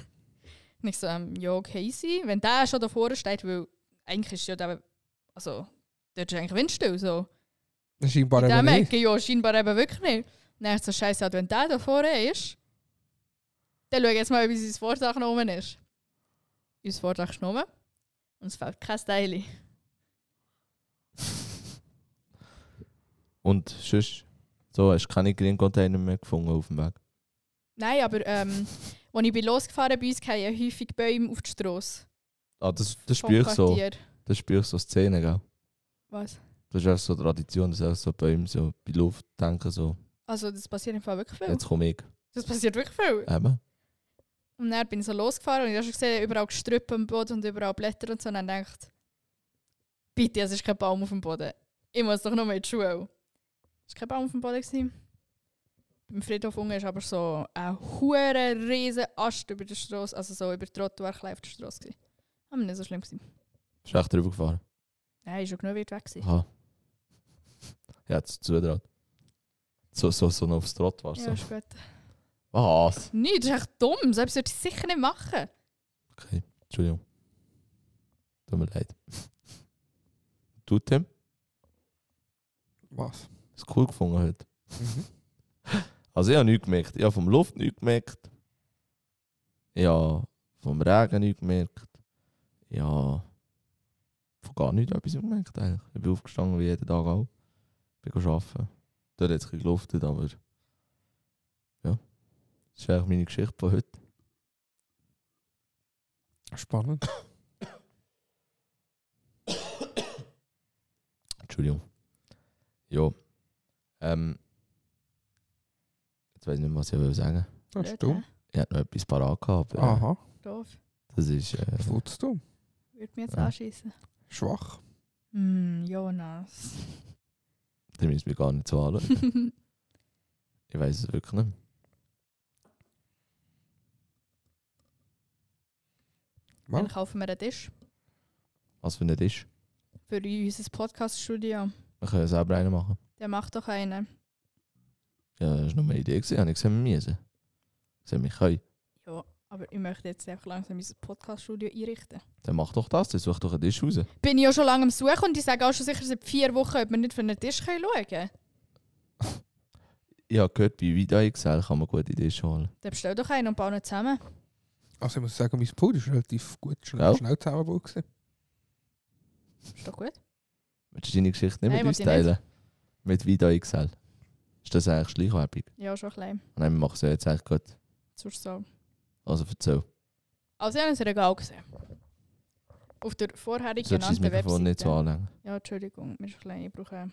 Speaker 1: Und ich so, ähm, ja, okay, easy. Wenn der schon da vorne steht, weil eigentlich ist ja der, also, dort ist eigentlich windstill, so.
Speaker 3: Scheinbar
Speaker 1: In
Speaker 3: eben
Speaker 1: dem
Speaker 3: nicht.
Speaker 1: Ecke, ja, scheinbar eben wirklich nicht. Dann dachte ich so, scheiße, wenn der da vorne ist, dann schau ich jetzt mal, ob unser Vordach noch oben ist. Unser Vordach ist noch oben und es fehlt kein Teil.
Speaker 2: Und sonst, so hast du keine Green Container mehr gefunden auf dem Weg.
Speaker 1: Nein, aber ähm, als ich bin losgefahren bei uns, kamen ja häufig Bäume auf die Straße.
Speaker 2: Ah, das, das
Speaker 1: vom
Speaker 2: spüre ich so.
Speaker 1: Quartier.
Speaker 2: Das spüre ich so Szenen, gell?
Speaker 1: Was?
Speaker 2: Das ist auch so Tradition, das ist auch so bei ihm so bei Luft denken so,
Speaker 1: Also das passiert im Fall wirklich viel.
Speaker 2: jetzt komme ich.
Speaker 1: Das passiert wirklich viel.
Speaker 2: Eben.
Speaker 1: Und dann bin ich so losgefahren und ich habe schon gesehen, überall Gestrüpp am Boden und überall Blätter und so. Und dann denkt bitte, es ist kein Baum auf dem Boden. Ich muss doch noch mal in die Schule. Es war kein Baum auf dem Boden. Gewesen. Beim Friedhof unten war aber so ein hure riesen Ast über der Straße, also so über die Trottoirklein auf der Straße. gewesen. Aber nicht so schlimm. Gewesen.
Speaker 2: Ist echt drüber gefahren.
Speaker 1: Nein, ist schon genug weit weg. Gewesen.
Speaker 2: Aha. Ja, jetzt zudraht. So, so, so noch aufs Trott war
Speaker 3: Also.
Speaker 1: Ja,
Speaker 2: so.
Speaker 1: ist gut.
Speaker 2: Was?
Speaker 1: Nein, das ist echt dumm. Selbst würde ich sicher nicht machen.
Speaker 2: Okay, Entschuldigung. Tut mir leid. Du, Tim,
Speaker 3: Was?
Speaker 2: es cool gefunden heute.
Speaker 3: Mhm.
Speaker 2: Also ich habe nichts gemerkt. Ich habe vom Luft nichts gemerkt. Ich habe vom Regen nichts gemerkt. Ich habe von gar nichts etwas gemerkt eigentlich. Ich bin aufgestanden wie jeden Tag auch. Ich bin arbeiten. Dort hat es ein bisschen geluftet, aber ja. Das ist eigentlich meine Geschichte von heute.
Speaker 3: Spannend.
Speaker 2: Entschuldigung. Ja. Ähm, jetzt weiß ich nicht mehr, was ich will sagen
Speaker 3: Das ist
Speaker 1: Blöd,
Speaker 3: dumm.
Speaker 1: hä?
Speaker 2: Ich hatte noch etwas parat gehabt, aber äh,
Speaker 3: Aha.
Speaker 1: Doof.
Speaker 2: das ist. Äh,
Speaker 3: Was willst du?
Speaker 1: Würde mich jetzt
Speaker 2: Ja.
Speaker 1: anschießen.
Speaker 3: Schwach.
Speaker 1: Hm, Jonas.
Speaker 2: da müssen wir gar nicht so anschauen. Ich weiß es wirklich nicht.
Speaker 1: Dann
Speaker 3: Was?
Speaker 1: kaufen wir einen Tisch
Speaker 2: Was für ein Tisch.
Speaker 1: für unser Podcast-Studio.
Speaker 2: Wir können selber einen machen.
Speaker 1: Der macht doch einen.
Speaker 2: Ja, das war nur meine Idee. gewesen. Habe ich gesehen, wir müssen. Gesehen, wir können.
Speaker 1: Ja, aber ich möchte jetzt einfach langsam unser Podcast-Studio einrichten.
Speaker 2: Dann mach doch das, dann such doch einen Tisch raus.
Speaker 1: Bin ich ja schon lange am Suchen und ich sage auch schon sicher seit vier Wochen, ob wir nicht für einen Tisch können schauen können.
Speaker 2: Ich habe gehört, bei Vida XL kann man gute Tische holen.
Speaker 1: Dann bestell doch einen und bauen ihn zusammen.
Speaker 3: Also ich muss sagen, mein Pult ist relativ gut schnell,
Speaker 2: Gell?
Speaker 3: schnell zusammengebaut. gewesen.
Speaker 1: Ist doch gut.
Speaker 2: Willst du deine Geschichte nicht
Speaker 1: Nein,
Speaker 2: mit
Speaker 1: muss
Speaker 2: uns
Speaker 1: ich nicht.
Speaker 2: teilen? Mit Vida XL. Ist das eigentlich Schleichwerbung?
Speaker 1: Ja, schon klein.
Speaker 2: Nein, wir machen es ja jetzt eigentlich gut.
Speaker 1: Sonst so.
Speaker 2: Also erzähl.
Speaker 1: Also, ich habe ein Regal gesehen. Auf der vorherigen
Speaker 2: Du solltest das
Speaker 1: genannten
Speaker 2: Mikrofon
Speaker 1: Webseite.
Speaker 2: nicht so anlegen.
Speaker 1: Ja, Entschuldigung, mir ist klein, ich brauche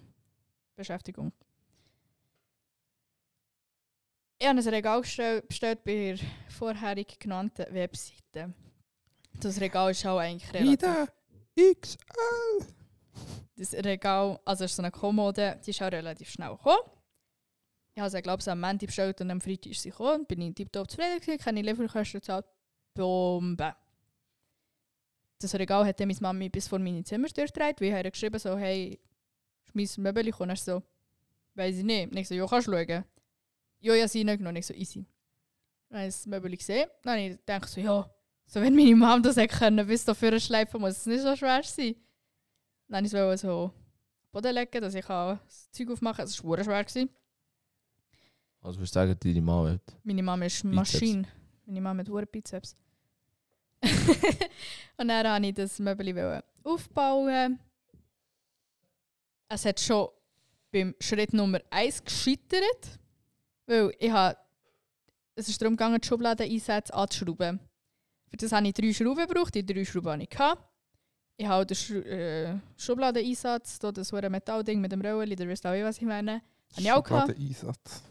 Speaker 1: Beschäftigung. Ich habe ein Regal gestell- bestellt bei der vorherig genannten Webseite. Das Regal ist auch eigentlich relativ.
Speaker 3: Ida XL.
Speaker 1: Das Regal, also ist so eine Kommode, die ist auch relativ schnell gekommen. Ich habe sie, glaube ich, am Montag bestellt und am Freitag ist sie gekommen. und Bin ich tiptop zufrieden gewesen, keine Lieferkosten gezahlt. Bombe. Das Regal hat dann meine Mami bis vor meine Zimmer durchgetragen, weil ich habe ihr geschrieben so, hey, schmeiß ein Möbel, ich komme so, weiß ich nicht. Und ich so, ja, kannst du schauen. Ja, ja, sie nicht genommen. Ich so, easy. Dann habe ich das Möbel gesehen. Dann habe ich gedacht so, ja, so wenn meine Mom das hätte können, bis dafür schleifen, muss es nicht so schwer sein. Dann habe ich es wollte so auf den Boden legen, dass ich auch das Zeug aufmachen kann. Es war verdammt schwer. Gewesen.
Speaker 2: Also würdest du sagen, deine Mama hat.
Speaker 1: Meine Mama ist eine
Speaker 2: Bizeps.
Speaker 1: Maschine. Meine Mama hat hohe Bizeps. und dann wollte ich das Möbel wollen aufbauen. Es hat schon beim Schritt Nummer 1 gescheitert, weil ich habe, es ist darum gegangen, die Schubladeneinsätze anzuschrauben. Für das habe ich drei Schrauben gebraucht, die drei Schrauben hatte ich. gehabt. Ich habe auch den Schru äh, Schubladeneinsatz, da das hohe Metallding mit dem Rollen, ihr wisst auch, was ich meine. Habe ich auch gehabt.
Speaker 3: Einsatz.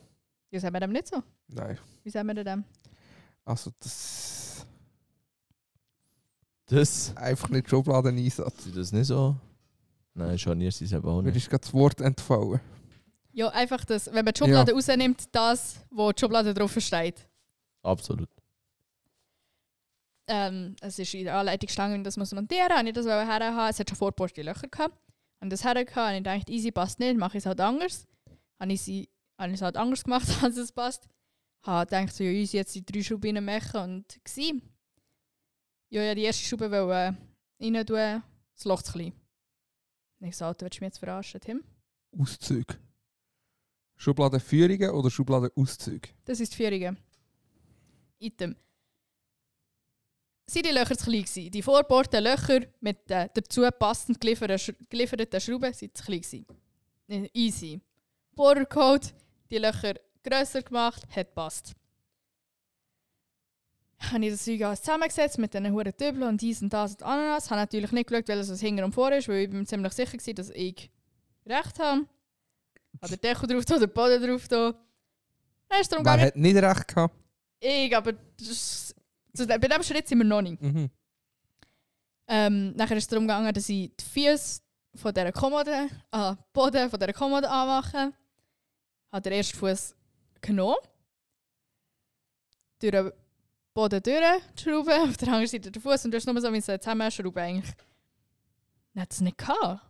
Speaker 1: Ja, sagen wir dem nicht so.
Speaker 3: Nein.
Speaker 1: Wie sagen wir denn dem?
Speaker 3: Also das
Speaker 2: Das?
Speaker 3: einfach nicht Schubladeneinsatz.
Speaker 2: Ist das nicht so? Nein, scharniert sie es eben auch
Speaker 3: Mir
Speaker 2: nicht.
Speaker 3: ist gerade das Wort entfallen.
Speaker 1: Ja, einfach das, wenn man die Schublade rausnimmt, das, wo die Schublade drauf steht.
Speaker 2: Absolut.
Speaker 1: Ähm, es ist in der Anleitung gestanden, wie das muss montieren, habe ich das wollte herhaben. Es hat schon vorgepostet Löcher gehabt. Habe das hergehabt und ich dachte, easy, passt nicht, mache ich es halt anders. Habe ich, sie, habe ich es halt anders gemacht, als es passt. Habe gedacht, so, ja, easy, jetzt die drei Schrauben reinmachen und gsi. Ja, ja, die erste Schraube wollte äh, rein tun, das Loch zu klein. Und Ich sagte, willst du mich jetzt verarschen, Tim?
Speaker 3: Auszug. Schubladenführungen oder Schubladenauszüge?
Speaker 1: Das ist die Führige. Item. Sind die Löcher zu klein gewesen? Die vorbohrten Löcher mit den dazu passend gelieferten, Schra- gelieferten Schrauben sind zu klein gewesen. Äh, Easy. Bohrercode, die Löcher grösser gemacht, hat passt. Habe ich das Zeug alles zusammengesetzt mit diesen huren Dübeln und dies und das und Ananas. Habe natürlich nicht geschaut, welches es hinten und vor ist, weil ich bin ziemlich sicher war, dass ich recht habe. Hat der Deckel drauf, da, der Boden drauf. Da. Dann ist es darum
Speaker 3: Wer
Speaker 1: gegangen,
Speaker 3: hat nicht recht gehabt?
Speaker 1: ich, aber das, zu dem, bei diesem Schritt sind wir noch nicht.
Speaker 3: Mhm.
Speaker 1: Ähm, nachher ist es darum gegangen, dass ich die Füße von dieser Kommode, ah, Boden von dieser Kommode anmache. Hat den ersten Fuß genommen, durch den Boden durchschrauben, auf der anderen Seite den Fuß und du hast nur so müssen zusammenschrauben eigentlich. Dann hat es nicht gehabt.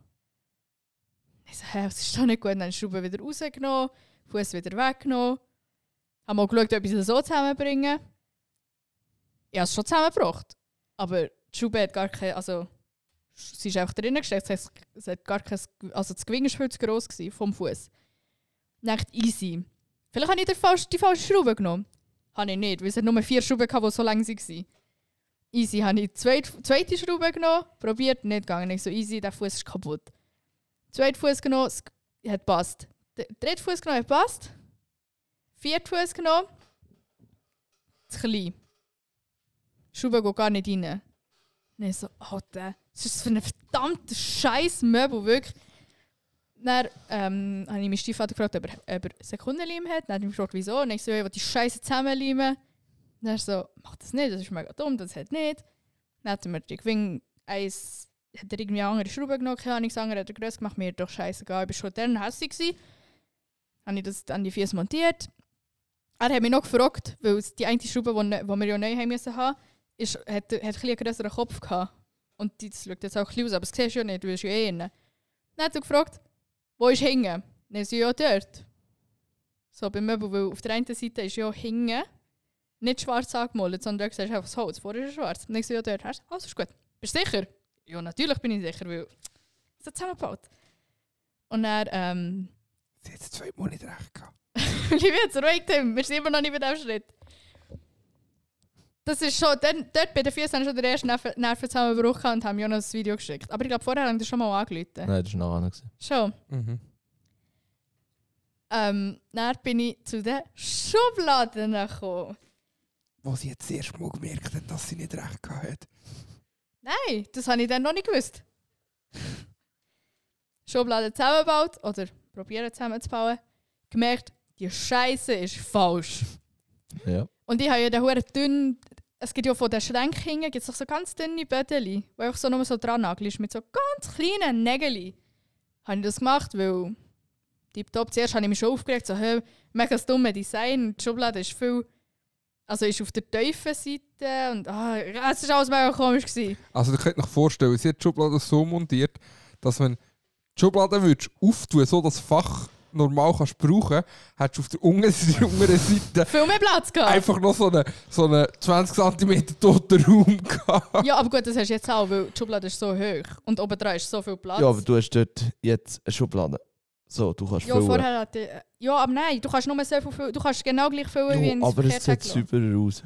Speaker 1: Ich so, hä, was ist da nicht gut? Dann habe ich die Schraube wieder rausgenommen, Fuß wieder weggenommen. Haben mal geschaut, ob ich es so zusammenbringe. Ich habe es schon zusammengebracht. Aber die Schraube hat gar keine, also sie ist einfach drinnen gesteckt, es hat, es hat gar kein, also das Gewinn war viel zu gross gewesen vom Fuß. Nicht easy. Vielleicht habe ich die falsche, die falsche Schraube genommen. Habe ich nicht, weil es hat nur vier Schrauben gehabt, die so lang waren. Easy, habe ich die zweite, zweite Schraube genommen, probiert, nicht gegangen. Ich so easy, der Fuß ist kaputt. Zweiter Fuß genommen, es hat passt. Dritter Fuß genommen, hat passt. Vierter Fuß genommen, zu klein. Die Schraube geht gar nicht rein. Und ich so, Alter, was ist das für ein verdammter scheiß Möbel, wirklich. Dann ähm, habe ich meinen Stiefvater gefragt, ob er, ob er Sekundenleim hat. Dann hat er mich gefragt, wieso. Und ich so, ja, ich will die Scheiße zusammenleimen. Dann ist er so, mach das nicht, das ist mega dumm, das hat nicht. Dann hat er mir die Gewinn, eins, hat er irgendwie eine andere Schraube genommen, keine Ahnung, das andere hat er grösser gemacht, mir doch scheißegal, ich war schon dann hässlich gewesen. Habe ich das an die Füße montiert. Er hat mich noch gefragt, weil es die eine Schraube, die ne- die wir ja neu haben müssen, haben, ist, hat, hat ein bisschen einen größeren Kopf gehabt. Und die- das schaut jetzt auch ein bisschen aus, aber das siehst du ja nicht, du bist ja eh innen. Dann hat er gefragt, wo ist hingen? Dann ist ja dort. So beim Möbel, weil auf der einen Seite ist ja hingen nicht schwarz angemalt, sondern du siehst einfach das Holz, vorher ist es schwarz. Dann ist ja dort, hast du, alles ist gut. Bist du sicher? Ja, natürlich bin ich sicher, weil es hat zusammengebaut. Und er, ähm,
Speaker 3: Sie hat es zweimal nicht recht gehabt.
Speaker 1: ich bin jetzt ruhig, Tim. Wir sind immer noch nicht bei diesem Schritt. Das ist schon, dann, dort bei den Füßen haben schon den ersten Nerven- Nervenzusammenbruch gehabt und haben Jonas das Video geschickt. Aber ich glaube, vorher haben die schon mal angerufen.
Speaker 2: Nein, das war nachher. gewesen.
Speaker 1: Schon.
Speaker 3: Mhm.
Speaker 1: Ähm, dann bin ich zu den Schubladen gekommen.
Speaker 3: Wo sie jetzt erst mal gemerkt hat, dass sie nicht recht gehabt hat.
Speaker 1: Nein, das habe ich dann noch nicht gewusst. Schubladen zusammengebaut oder probieren zusammenzubauen. Gemerkt, die Scheiße ist falsch.
Speaker 2: Ja.
Speaker 1: Und ich habe ja den huere dünn. Es gibt ja von den Schränken gibt's doch so ganz dünne Bödeli, wo einfach so nur so dran nagelst, mit so ganz kleinen Nägeln. Habe ich das gemacht, weil tipptopp, zuerst habe ich mich schon aufgeregt, so hey, mega das dumme Design, und die Schublade ist viel, also ist auf der tiefen Seite und ah, es war alles mega komisch. Gewesen.
Speaker 3: Also, ihr könnt euch vorstellen, sie hat die Schublade so montiert, dass wenn du die Schublade würdest auftun so dass Fach normal kannst brauchen, hättest du auf der unteren unteren Seite
Speaker 1: Viel mehr Platz gehabt.
Speaker 3: einfach noch so einen, so einen 20 cm toten Raum gehabt.
Speaker 1: ja, aber gut, das hast du jetzt auch, weil die Schublade ist so hoch und oben dran ist so viel Platz.
Speaker 2: ja, aber du hast dort jetzt eine Schublade. So, du kannst
Speaker 1: Ja,
Speaker 2: füllen.
Speaker 1: vorher hatte Ja, aber nein, du kannst nur so viel, füllen- du kannst genau gleich füllen, wie
Speaker 2: ja,
Speaker 1: wenn
Speaker 2: aber es
Speaker 1: verkehrt
Speaker 2: sieht
Speaker 1: weggelassen.
Speaker 2: sauberer aus.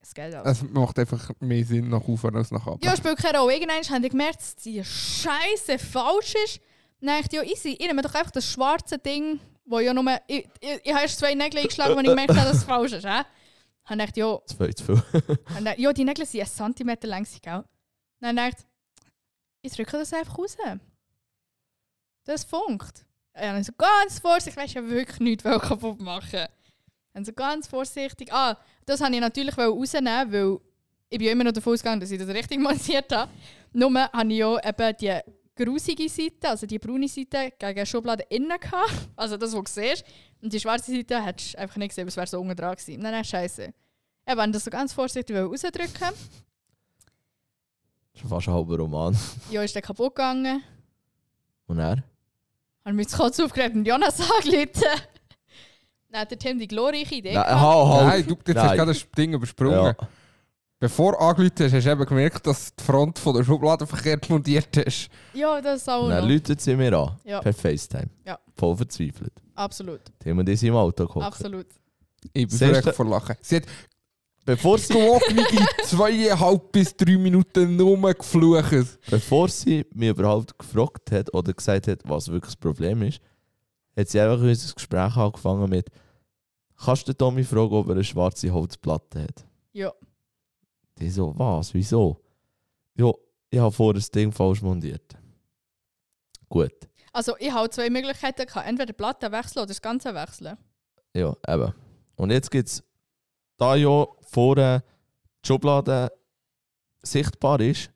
Speaker 1: Das geht auch.
Speaker 3: Es macht einfach mehr Sinn nach oben als nach unten.
Speaker 1: Ja, spielt keine Rolle. Irgendwann haben die gemerkt, dass die Scheiße falsch ist. Dann dachte ich, ja, easy, ich nehme doch einfach das schwarze Ding, wo ja nur... Ich, ich, ich habe erst zwei Nägel eingeschlagen, wo ich gemerkt habe, dass es falsch ist. Äh? Dann dachte ich, ja,
Speaker 2: Zwei zu viel.
Speaker 1: und dann, ja, die Nägel sind einen Zentimeter lang, gewesen, gell? Dann dachte ich, ich drücke das einfach raus. Das funkt. Und dann so ganz vorsichtig, weißt du, ich wollte wirklich nichts kaputt machen. Dann so ganz vorsichtig. Ah, das wollte ich natürlich rausnehmen, weil ich bin ja immer noch davon ausgegangen, dass ich das richtig montiert habe. Nur habe ich ja eben die grusige Seite, also die braune Seite, gegen die Schublade innen gehabt. Also das, was du siehst. Und die schwarze Seite hättest du einfach nicht gesehen, weil es wäre so unten dran gewesen. Nein, nein, scheiße. Eben, und das so ganz vorsichtig rausdrücken.
Speaker 2: Das ist fast ein halber Roman.
Speaker 1: Ja, ist dann kaputt gegangen.
Speaker 2: Und er?
Speaker 1: Haben mich kurz aufgeregt und Jonas angelitten. Dann hat der Tim die glorreiche Idee.
Speaker 2: Nein,
Speaker 1: gehabt.
Speaker 2: halt, halt.
Speaker 3: Nein, du jetzt hast
Speaker 2: Nein.
Speaker 3: du gerade das Ding
Speaker 2: Ja.
Speaker 3: übersprungen. Bevor du angerufen hast, hast du eben gemerkt, dass die Front von der Schublade verkehrt montiert ist.
Speaker 1: Ja, das auch
Speaker 2: Und dann
Speaker 1: noch.
Speaker 2: läutet sie mir an.
Speaker 1: Oh, Ja.
Speaker 2: Per FaceTime.
Speaker 1: Ja.
Speaker 2: Voll verzweifelt.
Speaker 1: Absolut.
Speaker 2: Die haben wir das im Auto gekocht.
Speaker 1: Absolut.
Speaker 3: Ich bin
Speaker 2: Siehst
Speaker 3: verreckt
Speaker 2: du-
Speaker 3: vor Lachen. Sie hat
Speaker 2: Bevor sie,
Speaker 3: gewogene zweieinhalb bis drei Minuten nur geflucht.
Speaker 2: bevor sie mich überhaupt gefragt hat oder gesagt hat, was wirklich das Problem ist, hat sie einfach unser Gespräch angefangen mit «Kannst du den Tommy fragen, ob er eine schwarze Holzplatte hat?»
Speaker 1: Ja.
Speaker 2: Die so «Was? Wieso?» «Ja, ich habe vorher das Ding falsch montiert.» Gut.
Speaker 1: Also ich habe zwei Möglichkeiten gehabt. Entweder die Platte wechseln oder das Ganze wechseln.
Speaker 2: Ja, eben. Und jetzt gibt es da ja vorne die Schublade sichtbar ist,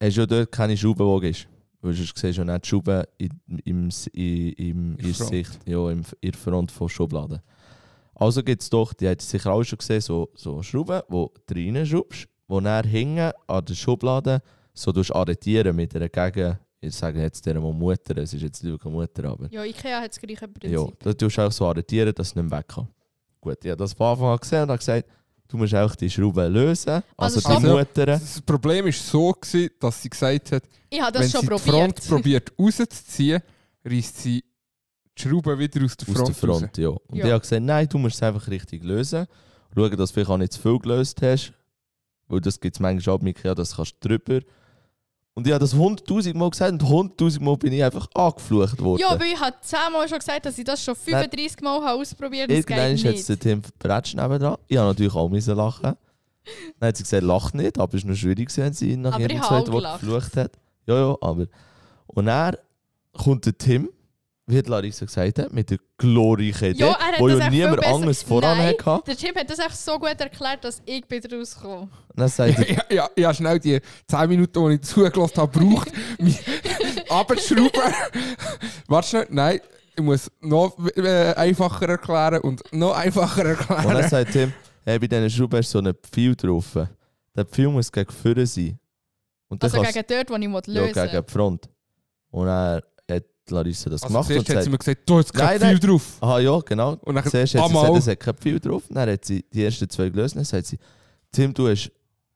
Speaker 2: hast du ja dort keine Schraube, die ist. Weil sonst siehst du ja nicht die Schraube in, im, im, im,
Speaker 3: In
Speaker 2: in
Speaker 3: Front.
Speaker 2: Sicht, ja, im, in der Front von Schubladen. Also gibt es doch, die hat sicher auch schon gesehen, so, so Schrauben, wo du reinschraubst, wo dann hinten an der Schublade so tust arretieren mit einer Gegen... Ich sage jetzt der Mutter, es ist jetzt nicht wirklich eine Mutter, aber...
Speaker 1: Ja, Ikea hat das gleiche Prinzip.
Speaker 2: Ja, da tust du auch so arretieren, dass es nicht mehr weg kann. Gut, ich habe das von Anfang an gesehen und habe gesagt, du musst auch die Schrauben lösen, also,
Speaker 1: Also
Speaker 2: die
Speaker 3: schon-
Speaker 2: Mutter.
Speaker 3: Das Problem war so, gewesen, dass sie gesagt hat,
Speaker 1: Ich habe das
Speaker 3: wenn
Speaker 1: schon
Speaker 3: sie die
Speaker 1: probiert.
Speaker 3: Front probiert rauszuziehen, reißt sie die Schraube wieder aus der
Speaker 2: Aus der
Speaker 3: Front, raus.
Speaker 2: Front, ja. Und
Speaker 1: Ja.
Speaker 2: ich habe gesagt, nein, du musst es einfach richtig lösen. Schauen, dass du vielleicht auch nicht zu viel gelöst hast, weil das gibt es manchmal auch mit Ikea, das kannst du drüber. Und ich habe das 100'000 Mal gesagt und 100'000 Mal bin ich einfach angeflucht worden.
Speaker 1: Ja, aber ich habe zehnmal schon gesagt, dass ich das schon 35 Mal habe ausprobiert habe. Das
Speaker 2: Irgendwann
Speaker 1: geht
Speaker 2: hat es
Speaker 1: nicht.
Speaker 2: den Tim Bretsch nebendran. Ich habe natürlich auch müssen lachen. Dann hat sie gesagt, lach nicht, aber es war noch schwierig, gewesen, wenn sie nach
Speaker 1: Aber ich
Speaker 2: jedem
Speaker 1: habe
Speaker 2: zweiten
Speaker 1: auch
Speaker 2: Wort
Speaker 1: gelacht.
Speaker 2: geflucht hat. Ja, ja, aber. Und er kommt der Tim, wie die Larissa gesagt hat, mit der glorreichen Idee,
Speaker 1: Ja, er hat
Speaker 2: wo
Speaker 1: das
Speaker 2: ja
Speaker 1: echt
Speaker 2: niemand
Speaker 1: viel besser-
Speaker 2: anderes voran
Speaker 1: Nein.
Speaker 2: hatte.
Speaker 1: Der Chip hat das echt so gut erklärt, dass ich bin rausgekommen
Speaker 2: Und Dann sagt er,
Speaker 3: Ja, ja, ich habe schnell die 10 Minuten, die ich zugelassen habe, gebraucht, mich abzuschrauben. Warte schnell, nein, ich muss noch äh, einfacher erklären und noch einfacher
Speaker 2: und dann
Speaker 3: erklären.
Speaker 2: sagt Tim, hey, bei diesen Schrauben ist so ein Pfeil drauf. Der Pfeil muss gegen vorne sein. Und dann
Speaker 1: Also
Speaker 2: kannst
Speaker 1: gegen dort, wo ich lösen
Speaker 2: du ja,
Speaker 1: will.
Speaker 2: gegen die Front. Und dann hat Larissa das
Speaker 3: Also
Speaker 2: gemacht und
Speaker 3: zuerst hat
Speaker 2: sagt,
Speaker 3: sie mir gesagt, du hast
Speaker 2: Nein,
Speaker 3: kein
Speaker 2: nein.
Speaker 3: Gefühl drauf.
Speaker 2: Aha, ja, genau.
Speaker 3: Und dann
Speaker 2: Zuerst hat sie
Speaker 3: einmal-
Speaker 2: gesagt, es hat kein Pfeil drauf. Dann hat sie die ersten zwei gelöst. Dann sagt sie, Tim, du hast... Ah,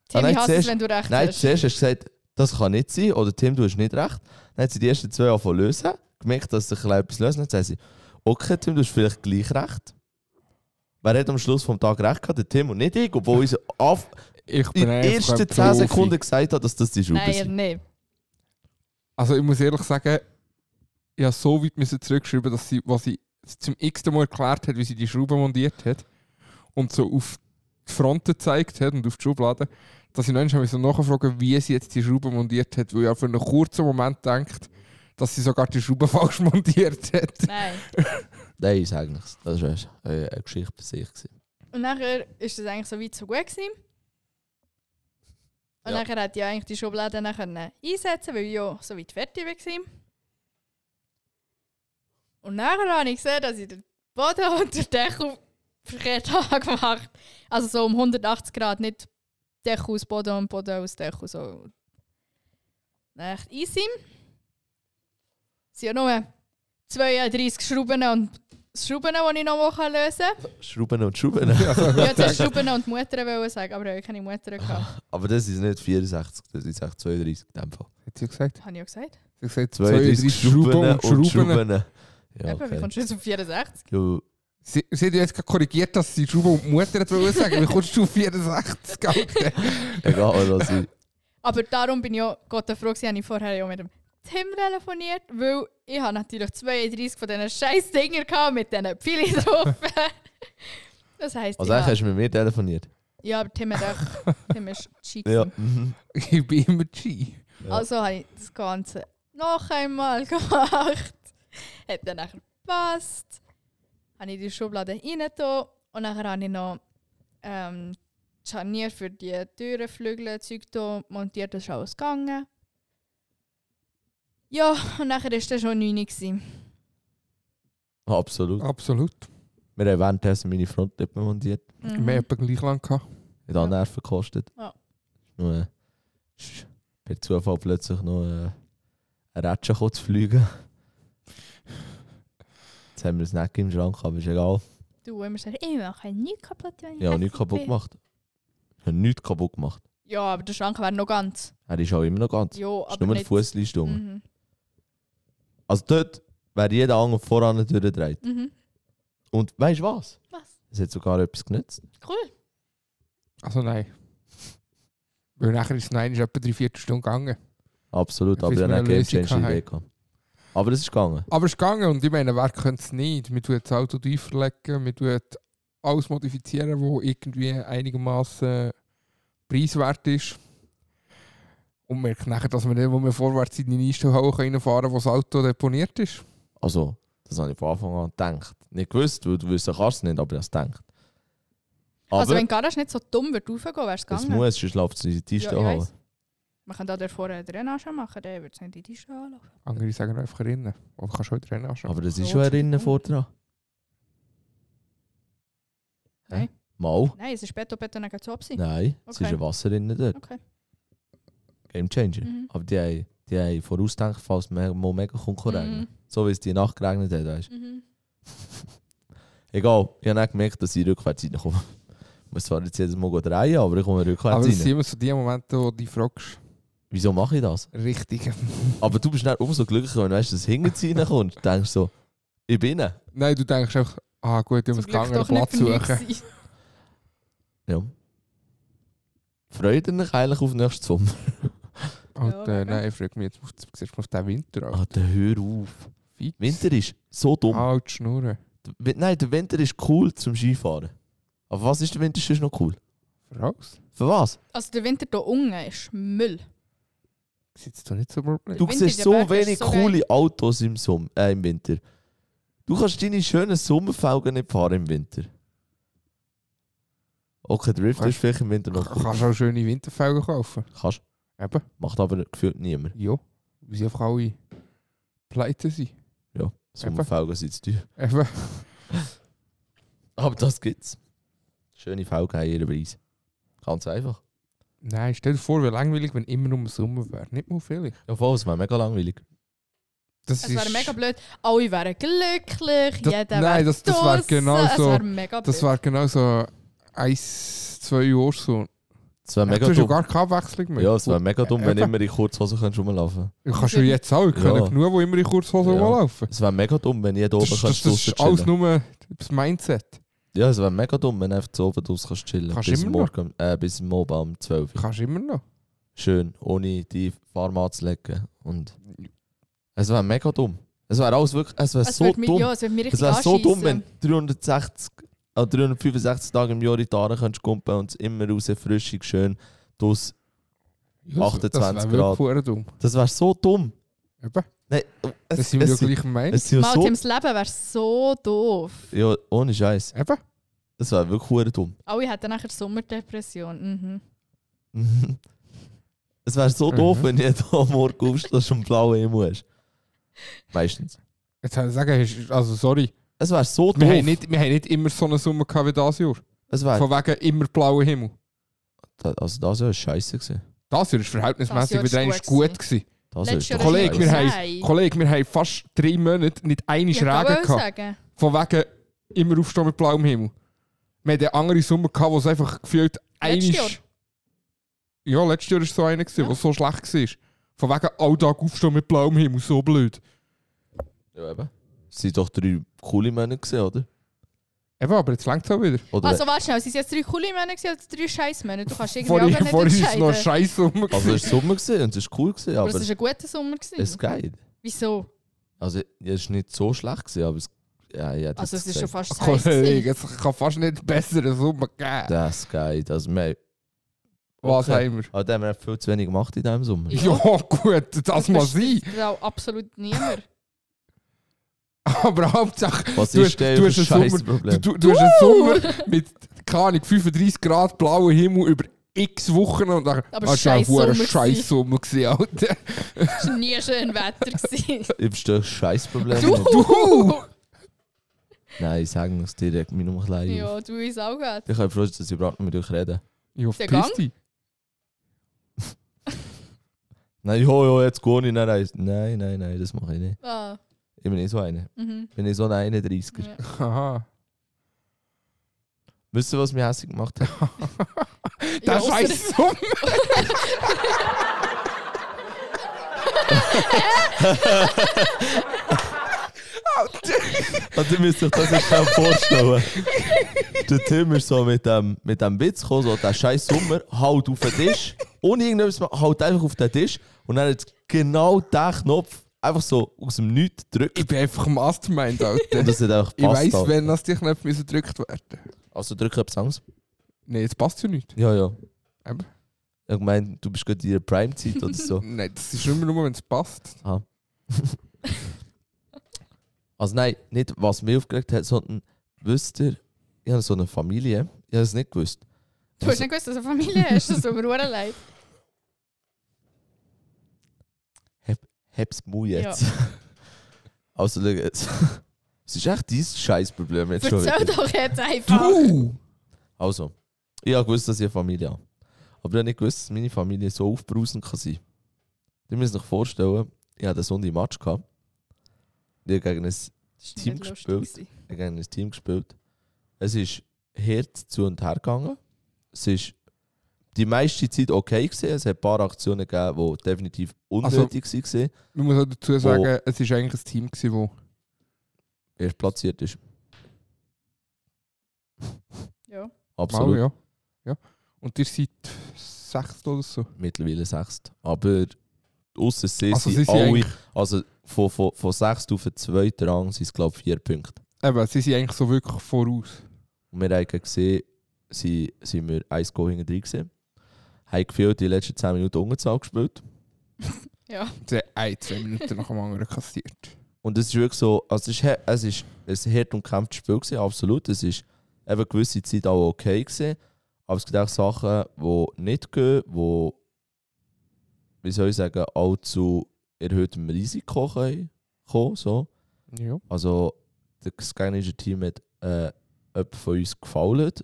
Speaker 1: Tim,
Speaker 2: nein,
Speaker 1: ich hasse es,
Speaker 2: zuerst-
Speaker 1: wenn du recht
Speaker 2: Nein,
Speaker 1: hast.
Speaker 2: zuerst hast du gesagt, das kann nicht sein. Oder Tim, du hast nicht recht. Dann hat sie die ersten zwei angefangen zu lösen. Gemerkt, dass sich ein bisschen etwas löst. Dann sagt sie, okay, Tim, du hast vielleicht gleich recht. Wer hat am Schluss vom Tag recht gehabt? Der Tim und nicht ich. Obwohl ich auf
Speaker 3: Ich bin
Speaker 2: in den
Speaker 3: einfach ein
Speaker 2: ersten 10
Speaker 3: Profi.
Speaker 2: Sekunden gesagt habe, dass das die Schraube
Speaker 1: Nein, ähm, er
Speaker 2: sind.
Speaker 1: nicht.
Speaker 3: Also ich muss ehrlich sagen, ich habe so weit müssen zurückschreiben, dass sie, was sie zum x Mal erklärt hat, wie sie die Schraube montiert hat und so auf die Fronten gezeigt hat und auf die Schublade, dass ich noch einmal so nachfragen, wie sie jetzt die Schraube montiert hat, weil ich für einen kurzen Moment denkt, dass sie sogar die Schraube falsch montiert hat.
Speaker 1: Nein.
Speaker 2: Nein, ich sage nichts. Das war äh, eine Geschichte für sich. gewesen.
Speaker 1: Und nachher ist das eigentlich so weit so gut gewesen. Und
Speaker 2: Ja.
Speaker 1: nachher hat ich eigentlich die Schublade dann können einsetzen, weil ich ja so weit fertig war. Und nachher habe ich gesehen, dass ich den Boden und den Deckel verkehrt habe gemacht. Also so um 180 Grad, nicht Deckel aus Boden und Boden aus Deckel. So. Dann habe ich einsim. Es sind ja nur 32 Schrauben und Schrauben, die ich noch mal lösen kann.
Speaker 2: Schrauben und Schrauben.
Speaker 3: Also,
Speaker 1: Ja, jetzt hast du Ruben und die Mutter wollen sagen, aber ich habe keine Mutter gehabt.
Speaker 2: Aber das ist nicht 64, das ist echt 32 in dem Fall.
Speaker 3: Hat sie gesagt?
Speaker 1: Habe ich ja gesagt.
Speaker 3: Sie hat gesagt,
Speaker 2: 32 Schrauben und Schrauben. Ja,
Speaker 1: Eben, wie
Speaker 2: okay.
Speaker 1: kommst du jetzt auf 64?
Speaker 2: Ja,
Speaker 3: Sie, sie hat ja jetzt gerade korrigiert, dass sie Schraube und die Mutter hat wollen sagen. Wie kommst du auf 64? Alter?
Speaker 2: egal, was ich...
Speaker 1: Aber darum bin ich ja Gott der Frau, gewesen, habe ich vorher ja mit dem Tim telefoniert, weil ich habe natürlich 32 von diesen scheiß Dinger gehabt mit diesen Pfeilen drauf. Das heisst,
Speaker 2: Also
Speaker 1: ja.
Speaker 2: eigentlich hast du mit mir telefoniert.
Speaker 1: ja, aber Tim hat auch, Tim ist cheat.
Speaker 2: Ja. Mhm.
Speaker 3: Ich bin immer G.
Speaker 2: Ja.
Speaker 1: Also habe ich das Ganze noch einmal gemacht. Hat dann nachher gepasst. Habe ich die Schublade reingetan. Und nachher habe ich noch ähm, die Scharnier für die Türenflügel Zeug da montiert. Das ist alles gegangen. Ja, und nachher war das schon 9 Uhr. gewesen.
Speaker 2: Absolut.
Speaker 3: Absolut.
Speaker 2: Wir haben währenddessen meine Frontlippen montiert.
Speaker 1: Mhm.
Speaker 3: Wir haben etwa gleich lang gehabt.
Speaker 2: Hat auch Nerven gekostet.
Speaker 1: Ja.
Speaker 2: Nur, äh, ist per Zufall plötzlich noch äh, ein Rätschen gekommen zu fliegen. Jetzt haben wir das Neck im Schrank, aber ist egal.
Speaker 1: Du immer sagst, ich mache nichts kaputt. Wenn
Speaker 2: Ich habe nichts
Speaker 1: fertig
Speaker 2: kaputt
Speaker 1: bin.
Speaker 2: gemacht. Ich habe nichts kaputt gemacht.
Speaker 1: Ja, aber der Schrank wäre noch ganz.
Speaker 2: Er ist auch immer noch ganz.
Speaker 1: Ja,
Speaker 2: Es ist
Speaker 1: aber Mhm.
Speaker 2: nur eine
Speaker 1: nicht...
Speaker 2: Fußleiste. rum.
Speaker 1: Mhm.
Speaker 2: Also dort wäre jeder andere voran durchgedreht.
Speaker 1: Mhm.
Speaker 2: Und weißt du was?
Speaker 1: Was?
Speaker 2: Es hat sogar etwas genützt.
Speaker 1: Cool.
Speaker 3: Also nein. Weil nachher ist es noch einmal etwa drei Viertelstunden gegangen.
Speaker 2: Absolut,
Speaker 3: Ja,
Speaker 2: aber
Speaker 3: bis
Speaker 2: er
Speaker 3: wir
Speaker 2: hat
Speaker 3: eine
Speaker 2: Game
Speaker 3: Lösung
Speaker 2: Changer Idee
Speaker 3: hatten.
Speaker 2: gehabt. Aber es ist gegangen.
Speaker 3: Aber es ist gegangen und ich meine, wer könnte es nicht? Man tut das Auto tiefer legen, man tut alles modifizieren, was irgendwie einigermaßen preiswert ist. Und merkt nachher, dass man nicht, wo man vorwärts in die nächste Halle reinfahren kann, wo das Auto deponiert ist.
Speaker 2: Also, das habe ich von Anfang an gedacht. Nicht gewusst, weil du wissen kannst es nicht, aber ich habe es gedacht. Aber
Speaker 1: also wenn Garage nicht so dumm wird raufgehen, wäre es
Speaker 2: es
Speaker 1: gegangen.
Speaker 2: muss, sonst läuft es in die Tiste
Speaker 1: Ja, ich
Speaker 2: an.
Speaker 1: weiss. Man kann da der vorher drin anschauen machen, der wird es nicht in die Schuhe anlaufen.
Speaker 3: Andere sagen einfach rennen. Aber kannst du halt rennen anschauen.
Speaker 2: Aber das ist
Speaker 1: Ja,
Speaker 2: schon ein
Speaker 1: schon
Speaker 2: Rinnen
Speaker 1: gegangen.
Speaker 2: vor dran. Hä?
Speaker 1: Nein.
Speaker 2: Mal?
Speaker 1: Nein, es ist Beton, Beton gegen zu gewesen.
Speaker 2: Nein, es ist
Speaker 1: Okay.
Speaker 2: ein Wasserrinne dort.
Speaker 1: Okay.
Speaker 2: Game Changer.
Speaker 1: Mhm.
Speaker 2: Aber die haben, die haben vorausgedacht, falls es mal mega Konkurrenten
Speaker 1: Mhm.
Speaker 2: So wie es die Nacht geregnet hat, weißt
Speaker 1: Mhm.
Speaker 2: du. Egal, ich habe nicht gemerkt, dass ich rückwärts reinkomme. Ich muss zwar jetzt jedes Mal drehen, aber ich komme rückwärts
Speaker 3: Aber
Speaker 2: rein.
Speaker 3: es sind immer so die Momente, wo du dich fragst,
Speaker 2: Wieso mache ich das?
Speaker 3: richtig.
Speaker 2: Aber du bist nicht umso glücklicher, wenn du weißt, dass du hinten zu reinkommst. Du denkst so, ich bin innen.
Speaker 3: Nein, du denkst einfach, ah gut, ich
Speaker 1: Zum
Speaker 3: muss einen
Speaker 1: Glück
Speaker 3: anderen
Speaker 1: doch nicht für
Speaker 3: Platz suchen.
Speaker 1: nichts.
Speaker 2: Ja. Freut ihr euch eigentlich auf nächsten Sommer?
Speaker 3: Und
Speaker 1: Ja,
Speaker 3: äh,
Speaker 1: mega.
Speaker 3: nein, ich frage mich jetzt, auf- siehst du mal auf den Winter an?
Speaker 2: Ah, dann hör auf. Ah. Winter ist so dumm.
Speaker 3: Halt, Schnurren.
Speaker 2: Der Win- Nein, der Winter ist cool zum Skifahren. Aber was ist der Winter sonst noch cool?
Speaker 3: Raus.
Speaker 2: Für was?
Speaker 1: Also der Winter hier unten ist Müll.
Speaker 3: Sitzt du nicht so problem.
Speaker 2: Du
Speaker 1: Winter in
Speaker 2: siehst
Speaker 1: den
Speaker 2: so
Speaker 1: Bergen ist
Speaker 2: wenig
Speaker 1: so geil.
Speaker 2: coole Autos im, Sommer, äh, im Winter. Du kannst deine schönen Sommerfelgen nicht fahren im Winter. Okay, Drift
Speaker 3: Kannst-
Speaker 2: ist vielleicht im Winter noch cool.
Speaker 3: kannst auch schöne Winterfelgen kaufen.
Speaker 2: Kannst.
Speaker 3: Eben.
Speaker 2: Macht aber gefühlt niemand.
Speaker 3: Ja. Weil sie einfach alle pleite sind.
Speaker 2: Sommerfelgen sind zu teuer.
Speaker 3: Eben.
Speaker 2: Aber das gibt's. Schöne Felgen haben ihren Preis. Ganz einfach.
Speaker 3: Nein, stell dir vor, wie langweilig, wenn immer nur im Sommer wäre. Nicht mal vielleicht.
Speaker 2: Ja, voll, es wäre mega langweilig.
Speaker 3: Das
Speaker 1: Es
Speaker 3: ist,
Speaker 1: wäre mega blöd. Alle wären glücklich,
Speaker 3: Das-
Speaker 1: jeder
Speaker 3: nein,
Speaker 1: wäre
Speaker 3: das- das wär
Speaker 1: draussen,
Speaker 3: genau
Speaker 1: es
Speaker 3: so.
Speaker 1: wär mega blöd.
Speaker 3: Das wäre genau so eins, zwei Jahre so.
Speaker 2: Es wäre
Speaker 3: Mega
Speaker 2: mega
Speaker 3: du hast ja
Speaker 2: dumm.
Speaker 3: gar keine Abwechslung mehr.
Speaker 2: Ja, es wäre mega dumm, wenn
Speaker 3: Eben.
Speaker 2: immer in Kurzhosen könntest rumlaufen
Speaker 3: Du kannst ja jetzt auch. Ich
Speaker 2: Ja.
Speaker 3: ja. kenne genug, die immer in Kurzhose
Speaker 2: Ja.
Speaker 3: rumlaufen.
Speaker 2: Es wäre mega dumm, wenn jeder oben
Speaker 3: Das,
Speaker 2: kannst
Speaker 3: das, das
Speaker 2: draussen
Speaker 3: ist alles
Speaker 2: chillen.
Speaker 3: nur das Mindset.
Speaker 2: Ja, es wäre mega dumm, wenn du einfach zu oben draussen kannst chillen.
Speaker 3: Kannst
Speaker 2: bis
Speaker 3: immer noch.
Speaker 2: morgen, äh, bis morgen um 12 Uhr.
Speaker 3: Kannst immer noch.
Speaker 2: Schön, ohne die Farm anzulegen. Und es wäre mega dumm. Es wäre alles wirklich, es wäre
Speaker 1: es
Speaker 2: so
Speaker 1: wird mir,
Speaker 2: dumm.
Speaker 1: Ja, es wird mir
Speaker 2: es
Speaker 1: richtig
Speaker 2: wäre so dumm, wenn
Speaker 1: anschiessen.
Speaker 2: du 360, äh, 365 Tage im Jahr in die Aare könntest kumpen und es immer raus, frischig, schön. Das,
Speaker 3: Ja,
Speaker 2: 28
Speaker 3: Das wäre
Speaker 2: Grad.
Speaker 3: wirklich verdammt dumm.
Speaker 2: das wäre so dumm.
Speaker 3: Eben.
Speaker 2: Nein, es,
Speaker 3: Das sind wir ja
Speaker 2: es, sind-
Speaker 3: gleich Meinung.
Speaker 2: es sind ja
Speaker 1: Mal
Speaker 2: so...
Speaker 1: Tims Leben wäre so doof.
Speaker 2: Ja, ohne Scheiß.
Speaker 3: Eben.
Speaker 2: Es wäre wirklich verdammt dumm.
Speaker 1: Alle hätten nachher Sommerdepression. Mhm.
Speaker 2: Mhm. Es wäre so doof,
Speaker 3: Mhm.
Speaker 2: wenn ich da morgen aufstehst und blauen Himmel hast. Meistens.
Speaker 3: Jetzt hätte ich sagen, hast- also sorry.
Speaker 2: Es wäre so
Speaker 3: Wir haben,
Speaker 2: doof.
Speaker 3: nicht, wir haben nicht immer so einen Sommer gehabt wie dieses Jahr.
Speaker 2: Es wäre,
Speaker 3: Von wegen immer blauer Himmel.
Speaker 2: da- also das war scheiße gewesen.
Speaker 3: Das Jahr ist verhältnismäßig
Speaker 1: Das
Speaker 3: wieder
Speaker 1: Jahr
Speaker 3: einmal
Speaker 1: ist gut
Speaker 3: gut. Gewesen.
Speaker 2: Das
Speaker 1: Letztes
Speaker 2: ist
Speaker 1: Jahr
Speaker 2: doch
Speaker 1: ist
Speaker 3: Also, Kollege,
Speaker 2: scheiße.
Speaker 1: noch
Speaker 3: wir haben-
Speaker 1: Nein.
Speaker 3: Kollege, wir haben fast drei Monate nicht einen
Speaker 1: Ich kann
Speaker 3: Regen
Speaker 1: auch
Speaker 3: gehabt.
Speaker 1: sagen.
Speaker 3: Von wegen immer aufstehen mit blauem Himmel. Wir hatten andere Sommer gehabt, wo es einfach gefühlt
Speaker 1: Letztes
Speaker 3: einmal- Ja, letztes Jahr war so einer, gewesen,
Speaker 1: Ja.
Speaker 3: der so schlecht war. Von wegen alltag aufstehen mit blauem Himmel, so blöd.
Speaker 2: Ja, eben. Es sind doch drei coole Männer gewesen, oder?
Speaker 3: Eben, aber jetzt längt es auch wieder.
Speaker 2: oder
Speaker 1: Also warte schnell, sind es jetzt drei coole Männer gewesen oder drei scheiß Männer? Du kannst irgendwie auch
Speaker 3: Vorhin
Speaker 1: nicht
Speaker 3: vorhin war es
Speaker 1: entscheiden.
Speaker 3: noch ein scheiß Sommer.
Speaker 2: also es war Sommer gewesen und es war cool, gewesen,
Speaker 1: aber
Speaker 2: aber
Speaker 1: es war ein guter Sommer. Gewesen.
Speaker 2: es geht.
Speaker 1: Wieso?
Speaker 2: Also es war nicht so schlecht, gewesen, aber es... Ja, ja,
Speaker 1: Also es ist schon fast zu heiß. gewesen.
Speaker 3: Kollege, es kann fast nicht besseren Sommer geben.
Speaker 2: Das geht. Also wir haben,
Speaker 3: Was
Speaker 2: Okay.
Speaker 3: haben wir?
Speaker 2: also, da haben wir viel zu wenig gemacht in diesem Sommer.
Speaker 1: Ja.
Speaker 3: Ja, gut, das mag sein.
Speaker 1: bestreitet auch absolut niemand.
Speaker 3: Aber Hauptsache,
Speaker 2: Was
Speaker 3: Du
Speaker 2: ist
Speaker 3: hast-
Speaker 2: denn
Speaker 3: du
Speaker 2: für ein
Speaker 3: hast ein Sommer-
Speaker 2: scheiß
Speaker 3: du,
Speaker 2: Problem?
Speaker 3: du, du hast einen Sommer mit, keine Ahnung, 35 Grad blauem Himmel über x Wochen und dann
Speaker 1: Aber
Speaker 3: das war
Speaker 1: scheiß
Speaker 3: ein
Speaker 1: Sommer
Speaker 3: scheiß Sommer gewesen, Alter.
Speaker 1: Es war nie schön Wetter. gewesen.
Speaker 2: Ich verstehe das scheiß Problem. nicht.
Speaker 3: Du!
Speaker 2: Nein, sagen wir es direkt, mir nur klein auf.
Speaker 1: Ja, du bist auch gut.
Speaker 2: Ich bin froh, dass ich überhaupt nicht mit euch reden.
Speaker 3: Ja, auf
Speaker 1: Der
Speaker 3: Piss dich.
Speaker 2: Nein, jo, jo, jetzt gehe ich. Nein, nein, nein, nein, nein, das mache ich nicht.
Speaker 1: Ah,
Speaker 2: Ich bin nicht so einer.
Speaker 1: mhm.
Speaker 2: Ich bin nicht so ein 31er.
Speaker 1: ja.
Speaker 3: Aha.
Speaker 2: Wisst ihr, was mir hässlich gemacht hat?
Speaker 3: Der
Speaker 1: Ja, ausser-
Speaker 3: scheiß Sommer!
Speaker 2: Also, ihr müsst euch das jetzt schnell vorstellen. Der Tim ist so mit dem, mit dem Witz gekommen, so der scheiß Sommer, halt auf den Tisch, ohne irgendetwas, zu machen, halt einfach auf den Tisch und dann hat genau der Knopf einfach so aus dem Nichts gedrückt
Speaker 3: Ich bin einfach Mastermind, Alter.
Speaker 2: und das hat einfach
Speaker 3: ich
Speaker 2: gepasst.
Speaker 3: weiss,
Speaker 2: Alter.
Speaker 3: wenn das die Knöpfe müssen gedrückt werden.
Speaker 2: Also drück etwas anderes.
Speaker 3: Nein, jetzt passt ja nicht.
Speaker 2: Ja, ja.
Speaker 3: Eben.
Speaker 2: Ich meine, du bist gerade in der Prime-Zeit oder so.
Speaker 3: Nein, das ist immer nur, wenn es passt.
Speaker 2: Also nein, nicht was mich aufgeregt hat, sondern wisst ihr, ich habe so eine Familie, ich habe es nicht gewusst. Also,
Speaker 1: Du hast nicht gewusst, dass du eine Familie hast, das tut mir verdammt leid.
Speaker 2: Hab's Mu jetzt. Also schau jetzt. Es ist echt dein Scheißproblem jetzt schon
Speaker 1: Erzähl
Speaker 2: wieder.
Speaker 1: doch jetzt einfach.
Speaker 3: Du!
Speaker 2: Also, ich habe gewusst, dass ich eine Familie habe. Aber ich habe nicht gewusst, dass meine Familie so aufbrausend kann sein kann. Ihr müsst euch vorstellen, ich hatte einen Sonntag-Match. gehabt. Ich habe gegen ein
Speaker 1: Das war
Speaker 2: Team
Speaker 1: nicht lustig
Speaker 2: gespielt.
Speaker 1: gewesen.
Speaker 2: gegen ein Team gespielt. Es ist hart zu und her gegangen. Es ist die meiste Zeit okay gewesen. Es hat ein paar Aktionen gegeben, die definitiv
Speaker 3: Also
Speaker 2: unnötig waren.
Speaker 3: Man muss auch dazu sagen, es war eigentlich ein Team, das
Speaker 2: Er ist platziert ist.
Speaker 1: Ja.
Speaker 2: Absolut.
Speaker 3: mal, ja. ja. Und ihr seid sechs oder so.
Speaker 2: Mittlerweile sechst. Aber außer sie
Speaker 3: Also sie
Speaker 2: sind
Speaker 3: sind
Speaker 2: alle.
Speaker 3: eigentlich-
Speaker 2: Also von, von, von sechs auf den zweiten Rang sind es, glaube ich, vier Punkte.
Speaker 3: Eben, sie sind eigentlich so wirklich voraus.
Speaker 2: Und wir haben gesehen, sie, sind wir eins Goal hinten drin gewesen. Haben gefühlt die letzten zehn Minuten Ungezahl gespielt.
Speaker 3: Sie haben ein, zwei Minuten nach dem anderen kassiert.
Speaker 2: Und es ist wirklich so, also es ist, he- es ist ein hart umkämpftes Spiel, gewesen, absolut. Es ist eben eine gewisse Zeit auch okay gewesen. Aber es gibt auch Sachen, die nicht gehen, die, wie soll ich sagen, auch zu erhöhtem Risiko können kommen. So.
Speaker 3: Ja.
Speaker 2: Also das gegnerische Team hat äh, jemand von uns gefoult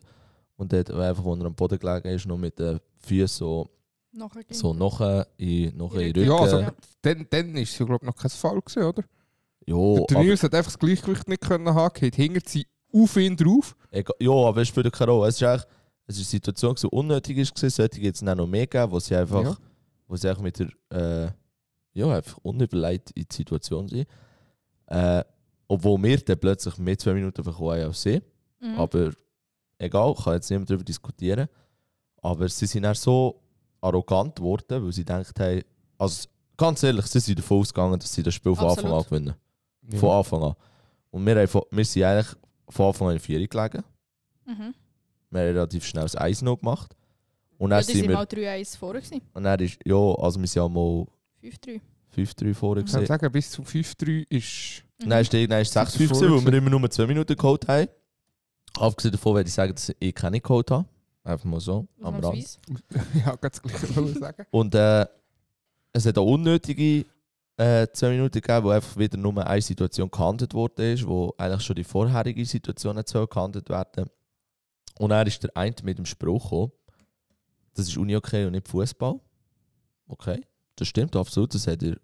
Speaker 2: und hat einfach, unter am Boden gelegen ist, noch mit den Füßen so,
Speaker 1: Noch ein
Speaker 2: so noch äh, in, noch Mhm. in den Rücken.
Speaker 1: Ja,
Speaker 3: Ja, also
Speaker 1: Ja.
Speaker 3: dann, dann ist es ja, glaube ich, noch kein Fall gewesen, oder?
Speaker 2: ja, also
Speaker 3: der
Speaker 2: aber-
Speaker 3: Nils hat einfach das Gleichgewicht nicht können haben, geht hinter sie auf ihn drauf.
Speaker 2: Egal. Ja, aber es spielt keine Rolle. Es ist eigentlich es ist eine Situation, die unnötig war. Sollte jetzt noch mehr geben, wo sie einfach,
Speaker 3: Ja.
Speaker 2: wo sie einfach mit der äh, ja, einfach unüberlegt in die Situation sind. Äh, obwohl wir dann plötzlich mehr zwei Minuten bekommen haben als sie.
Speaker 1: Mhm.
Speaker 2: Aber egal, kann jetzt niemand darüber diskutieren. Aber sie sind dann so arrogant geworden, weil sie gedacht haben, also ganz ehrlich, sie sind davon ausgegangen, dass sie das Spiel von Anfang an
Speaker 1: Absolut.
Speaker 2: gewinnen. Von Anfang an. Und wir, haben, von- wir sind eigentlich von Anfang an in Vierung gelegen.
Speaker 1: Mhm.
Speaker 2: Wir haben relativ schnell das 1 noch gemacht. Und dann
Speaker 1: Ja, die
Speaker 2: sind
Speaker 1: sind halt-
Speaker 2: wir.
Speaker 1: mal 3-1 vorher. gewesen.
Speaker 2: Und dann ist, ja, also wir sind ja mal
Speaker 1: 5-3.
Speaker 2: 5-3 vorher
Speaker 3: Ich kann
Speaker 2: gesehen.
Speaker 3: sagen, bis zum 5-3 ist.
Speaker 1: Mhm.
Speaker 2: Nein, ist die- nein, ist
Speaker 3: Sind
Speaker 2: 6-5
Speaker 3: wir
Speaker 2: gewesen, weil
Speaker 3: vorher
Speaker 2: wir immer nur 2 Minuten geholt haben. Abgesehen davon würde ich sagen, dass ich keine geholt habe. Einfach mal so, am Rand.
Speaker 1: Mhm. Ausnahmsweise.
Speaker 3: ja, ganz gleich wollen sagen.
Speaker 2: Und äh, es hat auch unnötige 2 Minuten gegeben, wo einfach wieder nur eine Situation gehandelt worden ist, wo eigentlich schon die vorherige Situation hat so gehandelt werden. Und er ist der eine mit dem Spruch gekommen, das ist uni okay und nicht Fußball. Okay, das stimmt absolut. Das hat er,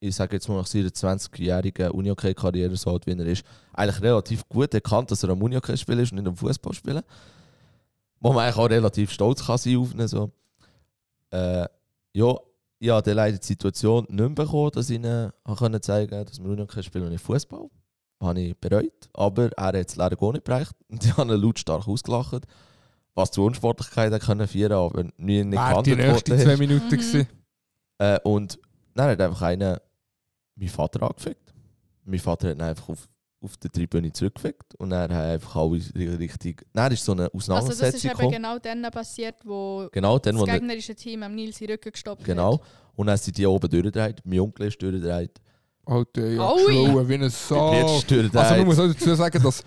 Speaker 2: ich sage jetzt mal nach seiner 20-jährigen uni okay karriere so alt wie er ist, eigentlich relativ gut erkannt, dass er am uni okay spielen ist und nicht am Fußball spielen. Wo man eigentlich auch relativ stolz kann sein auf ihn. So. Äh, ja, ich habe dann leider die Situation nicht mehr bekommen, dass ich ihnen habe können zeigen konnte, dass wir uni okay spielen und nicht Fußball. Habe ich bereut. Aber er hat es leider gar nicht bereicht. Und ich habe ihn lautstark ausgelacht. Was zu Unsportlichkeit hat können führen, aber nie nicht
Speaker 3: Wäre die
Speaker 2: gehandelt
Speaker 3: nächsten
Speaker 2: worden ist.
Speaker 3: 2 Minuten
Speaker 1: Mhm.
Speaker 3: gewesen.
Speaker 2: Äh, und dann hat einfach einer meinen Vater angefickt. Mein Vater hat ihn einfach auf, auf der Tribüne zurückgefickt und dann hat einfach alle ri- richtig. Dann ist so eine
Speaker 1: Also das ist
Speaker 2: Auseinandersetzung
Speaker 1: eben
Speaker 2: gekommen.
Speaker 1: genau dann passiert, wo
Speaker 2: Genau, dann,
Speaker 1: das
Speaker 2: wo er,
Speaker 1: gegnerische Team am Nils in den Rücken gestoppt
Speaker 2: genau.
Speaker 1: hat.
Speaker 2: Und dann sind die oben durchgedreht. Mein Onkel ist durchgedreht.
Speaker 3: Alter, Halt, ja,
Speaker 1: Aui.
Speaker 3: geschlauen wie
Speaker 2: Oh.
Speaker 3: ein
Speaker 2: Der Wirt
Speaker 3: Sau.
Speaker 2: ist durchgedreht.
Speaker 3: Also, man muss auch dazu sagen, dass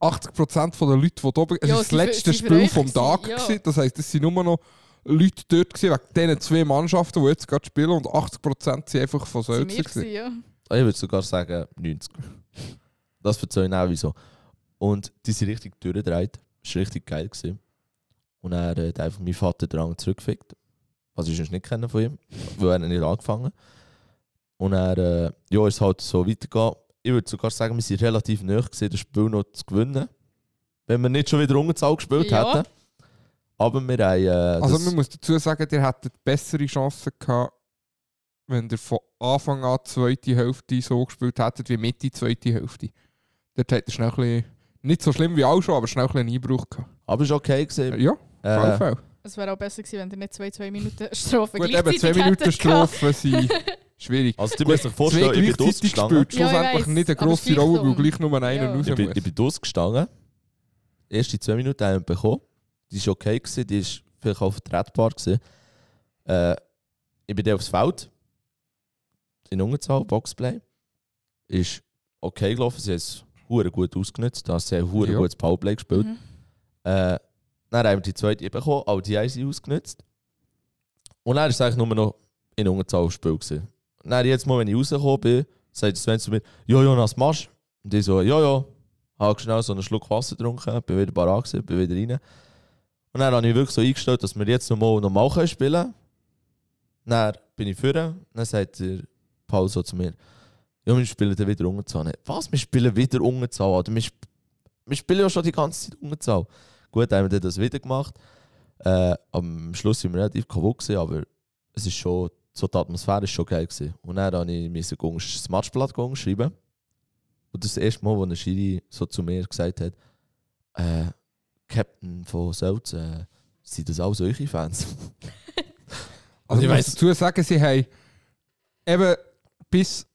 Speaker 3: 80% der Leute, die da oben. Es
Speaker 1: Ja,
Speaker 3: war das
Speaker 1: sie für-
Speaker 3: letzte
Speaker 1: sie für euch
Speaker 3: Spiel vom Tag.
Speaker 1: gewesen, ja.
Speaker 3: gewesen. Das heisst, es sind nur noch Leute dort gewesen, wegen diesen zwei Mannschaften, die jetzt gerade spielen. Und 80% sind einfach von
Speaker 1: Zu mir
Speaker 3: Sölzer. gewesen.
Speaker 1: gewesen, ja.
Speaker 2: Ich würde sogar sagen 90. Das erzähle ich auch wieso. Und die sind richtig durchgedreht. Das war richtig geil. Gewesen. Und er hat einfach meinen Vater dran zurückgefickt. Was ich sonst nicht kenne von ihm, weil er nicht angefangen hat. Und er äh, ja, ist halt so weitergegangen. Ich würde sogar sagen, wir sind relativ nahe gewesen, das Spiel noch zu gewinnen. Wenn wir nicht schon wieder ungezahl gespielt
Speaker 1: Ja.
Speaker 2: hätten. Aber wir haben. Äh,
Speaker 3: Also
Speaker 2: das-
Speaker 3: man muss dazu sagen, ihr hättet bessere Chancen gehabt, wenn ihr von Anfang an die zweite Hälfte so gespielt hättet wie Mitte die zweite Hälfte. Dort hättet ihr schnell ein bisschen, nicht so schlimm wie auch schon, aber schnell ein bisschen einen Einbruch gehabt.
Speaker 2: Aber es war okay. Gewesen.
Speaker 3: Ja, auf jeden
Speaker 2: Äh,
Speaker 3: Fall.
Speaker 1: Es wäre auch besser gewesen, wenn ihr nicht zwei, zwei Minuten Strophe
Speaker 3: Gut, eben zwei Minuten Strophen sind schwierig.
Speaker 2: also du
Speaker 3: Gut,
Speaker 2: musst dir vorstellen, ich bin durchgestanden.
Speaker 3: gespielt,
Speaker 1: Ja, ich
Speaker 3: schlussendlich
Speaker 1: weiss,
Speaker 3: nicht eine
Speaker 1: aber
Speaker 3: grosse
Speaker 1: vielleicht
Speaker 3: Rolle, weil
Speaker 1: um-
Speaker 3: gleich nur einer
Speaker 1: Ja.
Speaker 3: raus
Speaker 2: Ich bin,
Speaker 3: muss.
Speaker 2: ich bin durchgestanden. Die ersten zwei Minuten haben wir bekommen. Die war okay, gewesen. die war vielleicht auch vertretbar. Gewesen. Äh, ich bin dann aufs Feld. In Ungezahl, Boxplay. Ist okay gelaufen, sie haben es hure gut ausgenutzt. Da haben sie ein hure
Speaker 3: Ja.
Speaker 2: gutes Powerplay gespielt.
Speaker 1: Mhm.
Speaker 2: Äh, dann haben wir die zweite bekommen, aber die haben sie ausgenutzt. Und dann war es eigentlich nur noch in Ungezahl aufs Spiel. Gewesen. Und Dann, jetzt mal, wenn ich rausgekommen bin, sagt Sven zu mir, «Jo, Jonas, machst du?» Und ich so, «Jo, jo.» Habe schnell so einen Schluck Wasser getrunken, bin wieder parat gewesen, bin wieder rein. Und dann habe ich wirklich so eingestellt, dass wir jetzt nochmal normal können spielen können. Dann bin ich vorne, dann sagt der Paul so zu mir, «Ja, wir spielen dann wieder Ungezahl.» nicht.» «Was? Wir spielen wieder Ungezahl?» Oder «Wir, sp wir spielen ja schon die ganze Zeit Ungezahl.» Gut, haben wir dann das wieder gemacht. Äh, am Schluss sind wir relativ kaputt, gewesen, aber es ist schon, so die Atmosphäre ist schon geil. Gewesen. Und dann habe ich müssen gehen- das Matchblatt gehen schreiben. Und das ist das erste Mal, wo ein Schiri so zu mir gesagt hat, äh, Captain von Selz, äh, sind das auch solche Fans?
Speaker 3: Also
Speaker 2: Ich
Speaker 3: ich muss
Speaker 2: weiss-
Speaker 3: dazu sagen, sie haben eben bis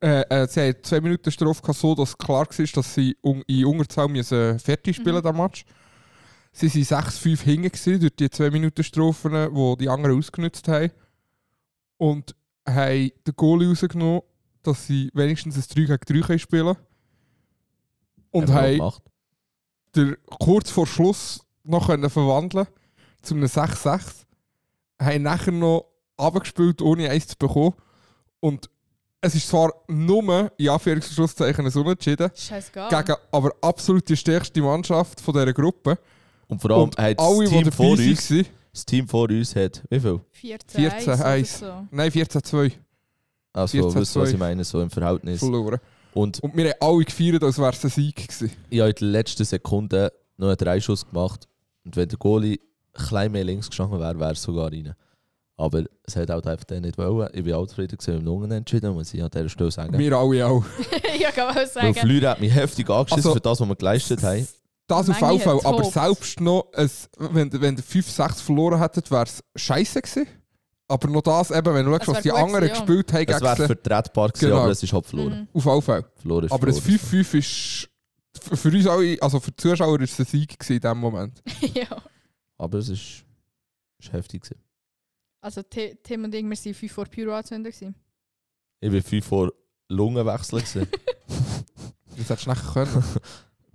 Speaker 3: äh, äh, sie haben zwei Minuten Strafe gehabt, so dass klar war, dass sie un in Unterzahl müssen fertig spielen
Speaker 1: Mhm.
Speaker 3: mhm. Match. Sie waren 6-5 hinten gewesen durch die zwei Minuten Strafen, die die anderen ausgenutzt haben. Und haben den Goal rausgenommen, dass sie wenigstens ein 3 gegen 3 können spielen
Speaker 2: Haben
Speaker 3: Und
Speaker 2: wir auch
Speaker 3: haben
Speaker 2: gemacht.
Speaker 3: der kurz vor Schluss noch können verwandeln zu einem 6-6. Haben nachher noch abgespielt, ohne eins zu bekommen. Und es ist zwar nur, in Anführungszeichen, ein Unentschieden,
Speaker 1: Scheißegal.
Speaker 3: gegen aber absolut die stärkste Mannschaft von dieser Gruppe.
Speaker 2: Und vor allem
Speaker 3: Und
Speaker 2: hat das
Speaker 3: Alle, die
Speaker 2: Team,
Speaker 3: dabei
Speaker 2: vor uns,
Speaker 3: waren,
Speaker 2: das Team vor uns hat, wie viel?
Speaker 1: 14,
Speaker 3: 14,
Speaker 1: 1 oder
Speaker 3: eins.
Speaker 1: so.
Speaker 3: nein, 14-2
Speaker 2: Also,
Speaker 3: 14,
Speaker 2: wisst ihr, was
Speaker 3: zwölf.
Speaker 2: ich meine, so im Verhältnis.
Speaker 3: verloren.
Speaker 2: Und
Speaker 3: Und wir haben alle gefeiert, als wäre es ein Sieg gewesen.
Speaker 2: ich habe in der letzten Sekunde noch einen Dreischuss gemacht. Und wenn der Goalie ein klein mehr links gestanden wäre, wäre es sogar rein. Aber es hat halt einfach dann nicht wollen. Ich bin auch zufrieden gewesen mit dem Unentschieden, muss ich an dieser Stelle sagen.
Speaker 3: Wir alle auch.
Speaker 1: ja, kann man auch
Speaker 2: Weil
Speaker 1: sagen.
Speaker 2: Fleur hat mich heftig angeschissen
Speaker 3: Also-
Speaker 2: für das, was wir geleistet haben.
Speaker 3: Das auf
Speaker 1: Menge
Speaker 3: jeden Fall,
Speaker 1: hat's
Speaker 3: aber
Speaker 1: gehofft.
Speaker 3: selbst noch, ein, wenn, wenn ihr 5-6 verloren hättet, wäre es scheiße gewesen. Aber noch das, eben, wenn du
Speaker 1: Es
Speaker 3: schaust, was
Speaker 1: wär
Speaker 3: die
Speaker 1: gut
Speaker 3: anderen
Speaker 1: gewesen, ja.
Speaker 3: gespielt haben,
Speaker 2: Es
Speaker 3: gegen
Speaker 2: wäre
Speaker 3: sie,
Speaker 2: vertretbar gewesen,
Speaker 3: Genau.
Speaker 2: aber es ist halt verloren.
Speaker 1: Mhm.
Speaker 3: auf jeden Fall.
Speaker 2: verloren ist
Speaker 3: Aber das
Speaker 2: verloren.
Speaker 3: 5-5 ist f- für uns alle, also für die Zuschauer, ist es ein Sieg gewesen in dem Moment.
Speaker 1: Mhm. ja.
Speaker 2: Aber es ist, ist heftig. Gewesen.
Speaker 1: Also Ti- Tim und ich, wir waren 5 vor Pyro anzünden. gewesen.
Speaker 2: Ich bin viel vor Lungenwechsel. gewesen.
Speaker 3: Das hättest du nachher können.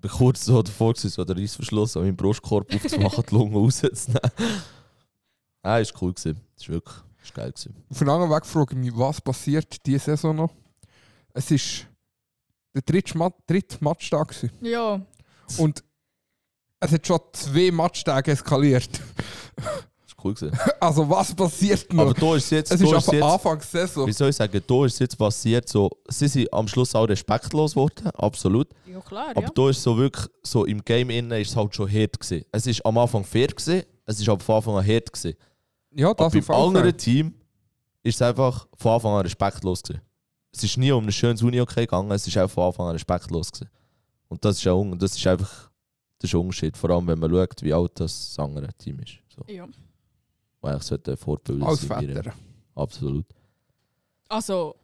Speaker 2: Ich bin kurz so davor, gewesen, so den Reissverschluss an meinem Brustkorb aufzumachen, die Lunge rauszunehmen. Nein, ist cool. Gewesen. Ist wirklich ist geil. Gewesen.
Speaker 3: Auf den anderen Weg frage ich mich, was passiert diese Saison noch? Es ist der dritte, Ma dritte Matchtag. Gewesen.
Speaker 1: Ja,
Speaker 3: Und es hat schon zwei Matchtage eskaliert.
Speaker 2: Ist cool gewesen.
Speaker 3: Also was passiert noch?
Speaker 2: Aber da ist jetzt,
Speaker 3: es
Speaker 2: da
Speaker 3: ist
Speaker 2: ist
Speaker 3: einfach
Speaker 2: jetzt
Speaker 3: Anfangssaison.
Speaker 2: wie soll ich sagen, da ist jetzt passiert, so, sie sind am Schluss auch respektlos geworden, absolut.
Speaker 1: ja klar,
Speaker 2: Aber
Speaker 1: ja.
Speaker 2: da ist so wirklich, so im Game innen ist es halt schon hart gewesen. Es ist am Anfang fair gewesen, es ist aber von Anfang an hart gewesen.
Speaker 3: Ja,
Speaker 2: Aber
Speaker 3: das
Speaker 2: beim
Speaker 3: auf jeden Fall.
Speaker 2: anderen Team ist es einfach von Anfang an respektlos gewesen. Es ist nie um ein schönes Uni-Okay gegangen, es ist auch von Anfang an respektlos gewesen. Und das ist, auch, un- das ist einfach das ist ein Unterschied, vor allem wenn man schaut, wie alt das andere Team ist. So.
Speaker 1: ja.
Speaker 2: Weil ich sollte ein Vorbild
Speaker 3: Als
Speaker 2: in ihrer-
Speaker 3: Väter.
Speaker 2: Absolut.
Speaker 1: Also,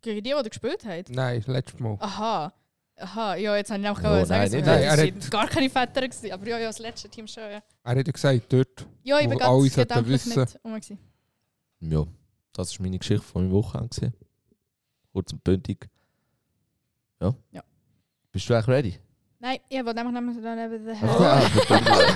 Speaker 1: gegen die, die gespielt haben?
Speaker 3: Nein, letztes Mal.
Speaker 1: Aha. Aha, ja, jetzt habe ich auch
Speaker 2: Ja,
Speaker 1: gerade sagen,
Speaker 2: nein,
Speaker 1: es
Speaker 2: nicht.
Speaker 3: Nein, er
Speaker 1: waren
Speaker 3: hat-
Speaker 1: gar keine Väter. Gewesen. Aber ja, ja, das letzte Team schon, ja.
Speaker 3: Er hat ja gesagt, dort.
Speaker 1: Ja, ich
Speaker 3: Wo
Speaker 1: bin
Speaker 3: alle
Speaker 1: ganz
Speaker 3: sollten
Speaker 1: gedanklich
Speaker 3: wissen.
Speaker 1: nicht um rum. gewesen.
Speaker 2: Ja, das war meine Geschichte von meinem Wochenende. gewesen. Kurz und bündig. Ja.
Speaker 1: Ja.
Speaker 2: Bist du eigentlich ready?
Speaker 1: Nein, ich wollte einfach nicht mehr...
Speaker 2: Ah, verdammt.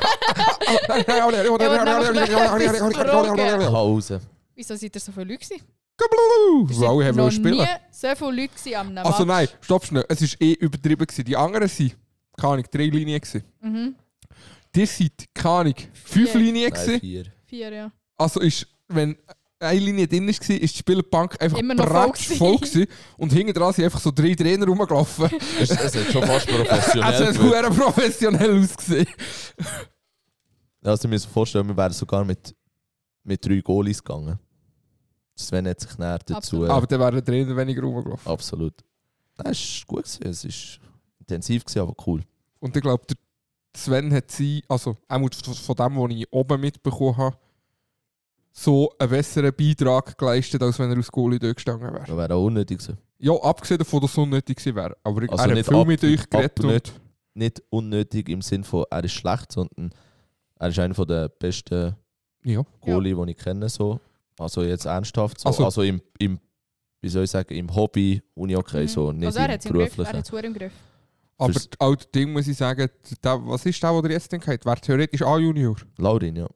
Speaker 2: Pause.
Speaker 1: Wieso seid ihr so viele Leute gewesen?
Speaker 3: Wow, ich
Speaker 1: Sind noch
Speaker 3: will spielen.
Speaker 1: nie so viele Leute gewesen am Namen.
Speaker 3: Also nein, stopp schnell. Es war eh übertrieben. Gewesen. Die anderen waren, keine Ahnung, drei Linien. Gewesen.
Speaker 1: Mhm.
Speaker 3: Die sind, keine Ahnung, fünf
Speaker 1: Vier.
Speaker 3: Linien.
Speaker 2: Nein,
Speaker 3: Gewesen.
Speaker 2: vier.
Speaker 1: Vier, ja.
Speaker 3: Also ist, wenn eine Linie drin war, ist die Spielbank einfach
Speaker 1: Immer noch
Speaker 3: bratsch voll
Speaker 1: voll
Speaker 3: gewesen. Und hinten dran sind einfach so drei Trainer rumgelaufen.
Speaker 2: Es es hat schon fast professionell
Speaker 3: Also es hat
Speaker 2: gewirkt.
Speaker 3: verdammt professionell ausgesehen.
Speaker 2: Also, ich muss mir vorstellen, wir wären sogar mit, mit drei Goalies gegangen. Sven hat sich näher dazu.
Speaker 1: Absolut.
Speaker 3: Aber dann wäre der Trainer weniger rumgelaufen.
Speaker 2: Absolut. Das war gut. gewesen. Es war intensiv, gewesen, aber cool.
Speaker 3: Und ich glaube, der Sven hat sie, also auch von von dem, was ich oben mitbekommen habe, so einen besseren Beitrag geleistet, als wenn er aus Goalie durchgestanden wäre.
Speaker 2: Das wäre auch unnötig gewesen.
Speaker 3: Ja, abgesehen davon, dass es unnötig gewesen wäre. Aber ich-
Speaker 2: Also
Speaker 3: er hat
Speaker 2: nicht
Speaker 3: viel
Speaker 2: ab-
Speaker 3: mit euch geredet.
Speaker 2: ab-
Speaker 3: Und,
Speaker 2: nicht. Nicht unnötig im Sinne von, er ist schlecht, sondern er ist einer von der besten
Speaker 3: ja.
Speaker 2: Goalie, die ich kenne. So. Also jetzt ernsthaft. So.
Speaker 3: Also-
Speaker 2: Also, im, im, wie soll ich sagen, im Hobby, Uni-Hockey, so, nicht
Speaker 1: also er hat
Speaker 2: im
Speaker 1: es im Griff, er
Speaker 2: beruflichen.
Speaker 1: hat es im Griff.
Speaker 3: Aber
Speaker 2: Fürs-
Speaker 3: auch das Ding muss ich sagen, der, was ist der, der jetzt denkt? Wäre theoretisch A-Junior.
Speaker 2: Laurin, ja.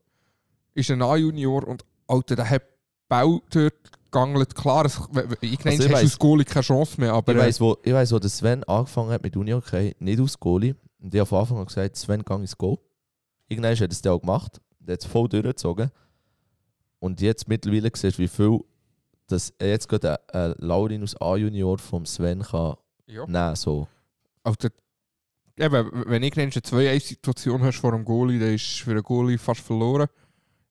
Speaker 3: Ist ein A-Junior und Alter, der hat Bau dort gegangelt. Klar, es, ich nenne
Speaker 2: ich
Speaker 3: es
Speaker 2: weiss-
Speaker 3: als Goalie keine Chance mehr, aber
Speaker 2: Ich
Speaker 3: äh,
Speaker 2: weiss, wo, ich weiss, wo der Sven angefangen hat mit Uni-Hockey, nicht aus Goalie. Und ich habe von Anfang an gesagt, Sven, gang ins Goal. Irgendwann hat er es dann auch gemacht. Der hat es voll durchgezogen. Und jetzt mittlerweile siehst du, wie viel dass er jetzt gerade ein, ein Laurin aus A-Junior vom Sven kann
Speaker 3: ja.
Speaker 2: nehmen so.
Speaker 3: Alter, eben, wenn ich nennst, eine 2-1-Situation hast vor dem Goalie, dann ist für den Goalie fast verloren.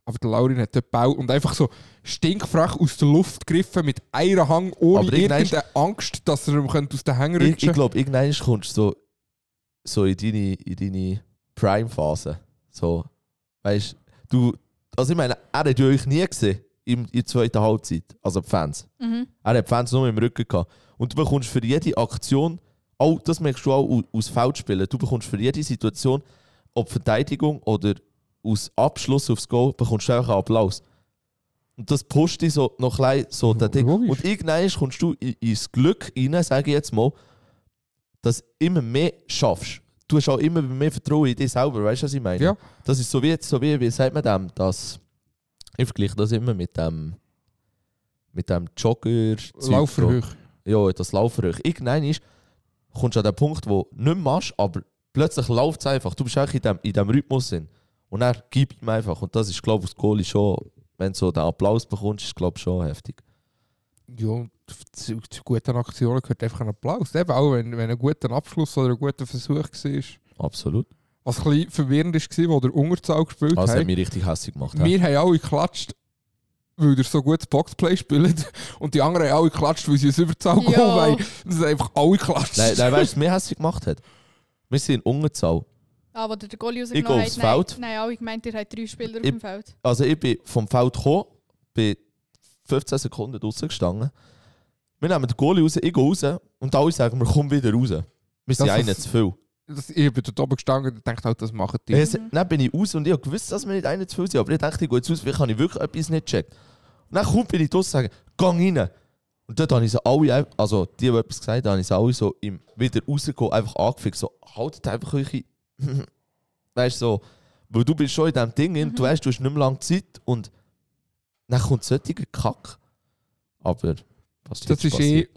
Speaker 3: Aber der Laurin hat dort Bau und einfach so stinkfrach aus der Luft gegriffen mit einer Hang, ohne
Speaker 2: Aber irgendwann-
Speaker 3: irgendeine Angst, dass er ihm könnte aus den Hängen
Speaker 2: Ich,
Speaker 3: rutschen
Speaker 2: ich glaube, irgendwann kommst du so, so in deine, in deine Prime-Phase. So, weißt du, also ich meine, er hat ja euch nie gesehen in, in der zweiten Halbzeit, also die Fans.
Speaker 1: Mhm.
Speaker 2: Er hat die Fans nur im Rücken gehabt. Und du bekommst für jede Aktion, auch das merkst du auch au- aus Feldspielen, du bekommst für jede Situation, ob Verteidigung oder aus Abschluss aufs Goal, bekommst du einfach einen Applaus. Und das pusht dich so noch klein, so
Speaker 3: Ja,
Speaker 2: den Ding.
Speaker 3: logisch.
Speaker 2: Und irgendwann kommst du in- ins Glück rein, sage ich jetzt mal, dass du immer mehr schaffst. Du hast auch immer mehr Vertrauen in dich selber, weißt du, was ich meine?
Speaker 3: Ja.
Speaker 2: Das ist so wie, so wie, wie sagt man dem, das, ich vergleiche das immer mit dem, mit dem Jogger,
Speaker 3: Laufen hoch.
Speaker 2: ja, das Laufen hoch. Irgendwann ist, kommst du an den Punkt, wo du nicht mehr machst, aber plötzlich läuft es einfach. Du bist eigentlich in dem, in dem Rhythmus. Drin. Und er gibt ihm einfach. Und das ist, glaube ich, als Goalie schon, wenn du so den Applaus bekommst, ist glaube ich schon heftig.
Speaker 3: Ja, und zu, zu guten Aktionen gehört einfach ein Applaus. Eben auch, wenn, wenn ein guter Abschluss oder ein guter Versuch war.
Speaker 2: Absolut.
Speaker 3: Was ein bisschen verwirrend war, wo der Unterzahl gespielt
Speaker 2: Das
Speaker 3: hat.
Speaker 2: Also, hat mich richtig hässlich gemacht. hä?
Speaker 3: Wir haben alle geklatscht, weil ihr so gutes Boxplay spielt. Und die anderen haben alle geklatscht, weil sie ein Überzahl
Speaker 1: Ja.
Speaker 3: geholt haben. Das sind einfach alle geklatscht.
Speaker 2: Nein, nein weißt du, was mir hässlich gemacht hat? Wir sind in Ungezahl.
Speaker 1: Aber der Goalie
Speaker 2: Ich gehe
Speaker 1: rausgenommen
Speaker 2: aufs
Speaker 1: nein,
Speaker 2: Feld.
Speaker 1: nein, auch ich meinte, er hat drei Spieler auf
Speaker 2: Ich-
Speaker 1: dem Feld.
Speaker 2: Also ich bin vom Feld gekommen, bin 15 Sekunden draußen gestanden. Wir nehmen den Goalie raus, ich gehe raus und alle sagen, wir kommen wieder raus. Wir sind
Speaker 3: Das
Speaker 2: einen
Speaker 3: ist-
Speaker 2: zu viel.
Speaker 3: Das, ich bin dort oben gestanden und dachte halt, das machen die.
Speaker 2: Es, dann bin ich raus und ich hab gewusst, dass wir nicht 21 sind, aber ich dachte, ich gehe jetzt raus, vielleicht habe ich wirklich etwas nicht gecheckt. Und dann kommt, bin ich draussen und sage, geh rein. Und dort habe ich so alle, ein- also die, die etwas gesagt haben, habe ich so alle so im wieder rausgehen, einfach angefickt, so, haltet einfach eure... weißt du, so, weil du bist schon in diesem Ding,
Speaker 3: Mhm.
Speaker 2: drin, du weißt, du hast nicht mehr lange Zeit und dann kommt solcher Kack. Aber, was
Speaker 3: das ist eh.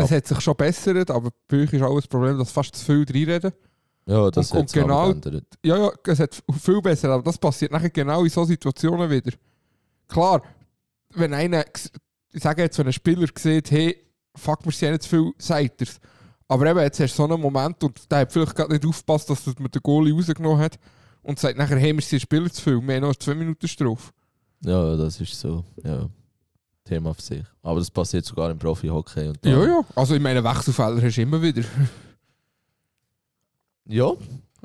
Speaker 3: Es hat sich schon bessert, aber bei euch ist auch das Problem, dass fast zu viel reinreden.
Speaker 2: Ja, das
Speaker 3: und-
Speaker 2: hat
Speaker 3: und
Speaker 2: sich genau
Speaker 3: genau-
Speaker 2: geändert.
Speaker 3: Ja, ja, es hat viel besser, aber das passiert nachher genau in solchen Situationen wieder. Klar, wenn einer, g- ich sage jetzt, wenn ein Spieler sieht, hey, fuck, wir sind ja nicht zu viel, sagt er's. Aber eben, jetzt hast du so einen Moment und der hat vielleicht gerade nicht aufgepasst, dass man den Goalie rausgenommen hat und sagt nachher, hey, wir sind Spieler zu viel, wir haben noch zwei Minuten drauf.
Speaker 2: Ja, das ist so. Ja. Thema für sich. Aber das passiert sogar im Profi-Hockey. und da-
Speaker 3: Ja, ja. Also ich meine, Wechselfehler hast du immer wieder.
Speaker 2: Ja, wie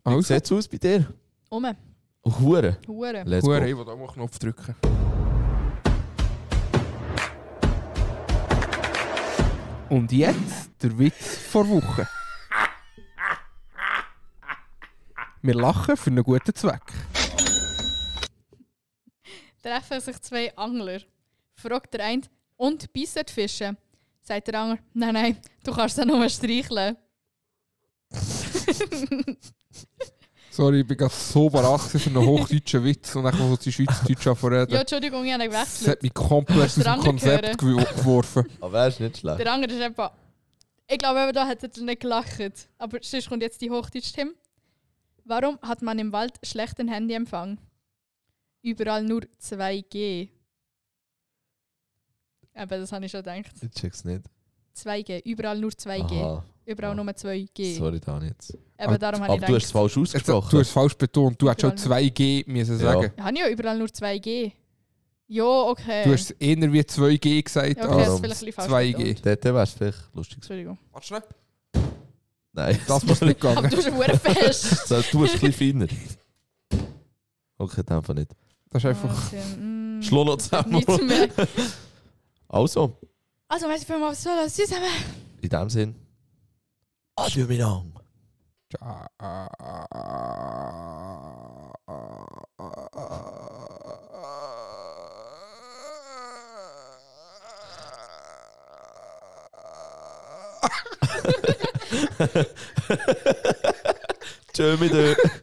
Speaker 3: Also,
Speaker 2: sieht es aus bei dir?
Speaker 1: Um,
Speaker 2: Hure.
Speaker 1: Hure.
Speaker 2: Let's
Speaker 3: Hure,
Speaker 2: go.
Speaker 3: ich will da mal einen Knopf drücken. Und jetzt der Witz vor Woche. Wir lachen für einen guten Zweck.
Speaker 1: Treffen sich zwei Angler. Fragt der eine, und beißen die Fische? Sagt der andere, nein, nein, du kannst sie nur streicheln.
Speaker 3: Sorry, ich bin gerade so überrascht für einen hochdeutschen Witz und dann muss ich Schweizerdeutsch
Speaker 1: Ja,
Speaker 3: anreden.
Speaker 1: Entschuldigung, ich habe
Speaker 3: Das
Speaker 1: gewechselt.
Speaker 3: hat mich komplett
Speaker 1: Hast
Speaker 3: aus
Speaker 1: du
Speaker 3: dem
Speaker 1: den anderen
Speaker 3: Konzept gew- geworfen.
Speaker 2: Aber er ist nicht schlecht.
Speaker 1: Der andere ist einfach. Ich glaube, eben da hat er nicht gelacht. Aber sonst kommt jetzt die Hochdeutsch-Stimme. Warum hat man im Wald schlechten Handyempfang? Überall nur 2G. Eben, das habe ich schon gedacht.
Speaker 2: Ich check's nicht.
Speaker 1: 2G, überall nur 2G.
Speaker 2: Aha.
Speaker 1: Überall
Speaker 2: Ja.
Speaker 1: nur 2G.
Speaker 2: Sorry, Dani. Jetzt.
Speaker 1: Eben, darum habe
Speaker 2: Aber
Speaker 1: ich
Speaker 2: du hast es
Speaker 1: gedacht.
Speaker 2: falsch
Speaker 3: Jetzt, du hast
Speaker 2: ausgesprochen.
Speaker 3: es falsch betont, du hättest schon
Speaker 1: Überall.
Speaker 3: 2G müssen
Speaker 2: Ja.
Speaker 3: sagen.
Speaker 1: Ich habe ja überall nur 2G. Ja, okay.
Speaker 3: Du hast es eher wie 2G gesagt
Speaker 1: ja, okay,
Speaker 2: Ah,
Speaker 1: das
Speaker 3: als
Speaker 1: ist vielleicht ein bisschen falsch.
Speaker 3: 2G.
Speaker 1: betont.
Speaker 2: Dort wäre es vielleicht lustig gewesen.
Speaker 1: Entschuldigung.
Speaker 3: Warte schnell.
Speaker 2: Nein,
Speaker 3: Das muss nicht
Speaker 1: Aber
Speaker 3: gehen.
Speaker 1: du hast einen fest.
Speaker 2: So, du bist ein bisschen feiner. Okay, dann einfach nicht.
Speaker 3: Das ist einfach.
Speaker 1: Hm.
Speaker 2: Schluss noch zusammen.
Speaker 1: Mm. Nichts mehr.
Speaker 2: Also,
Speaker 1: Also, merci vielmals fürs Zuhören. Zusammen.
Speaker 2: in dem Sinn. Adieu, mein Name. Tschö mit euch.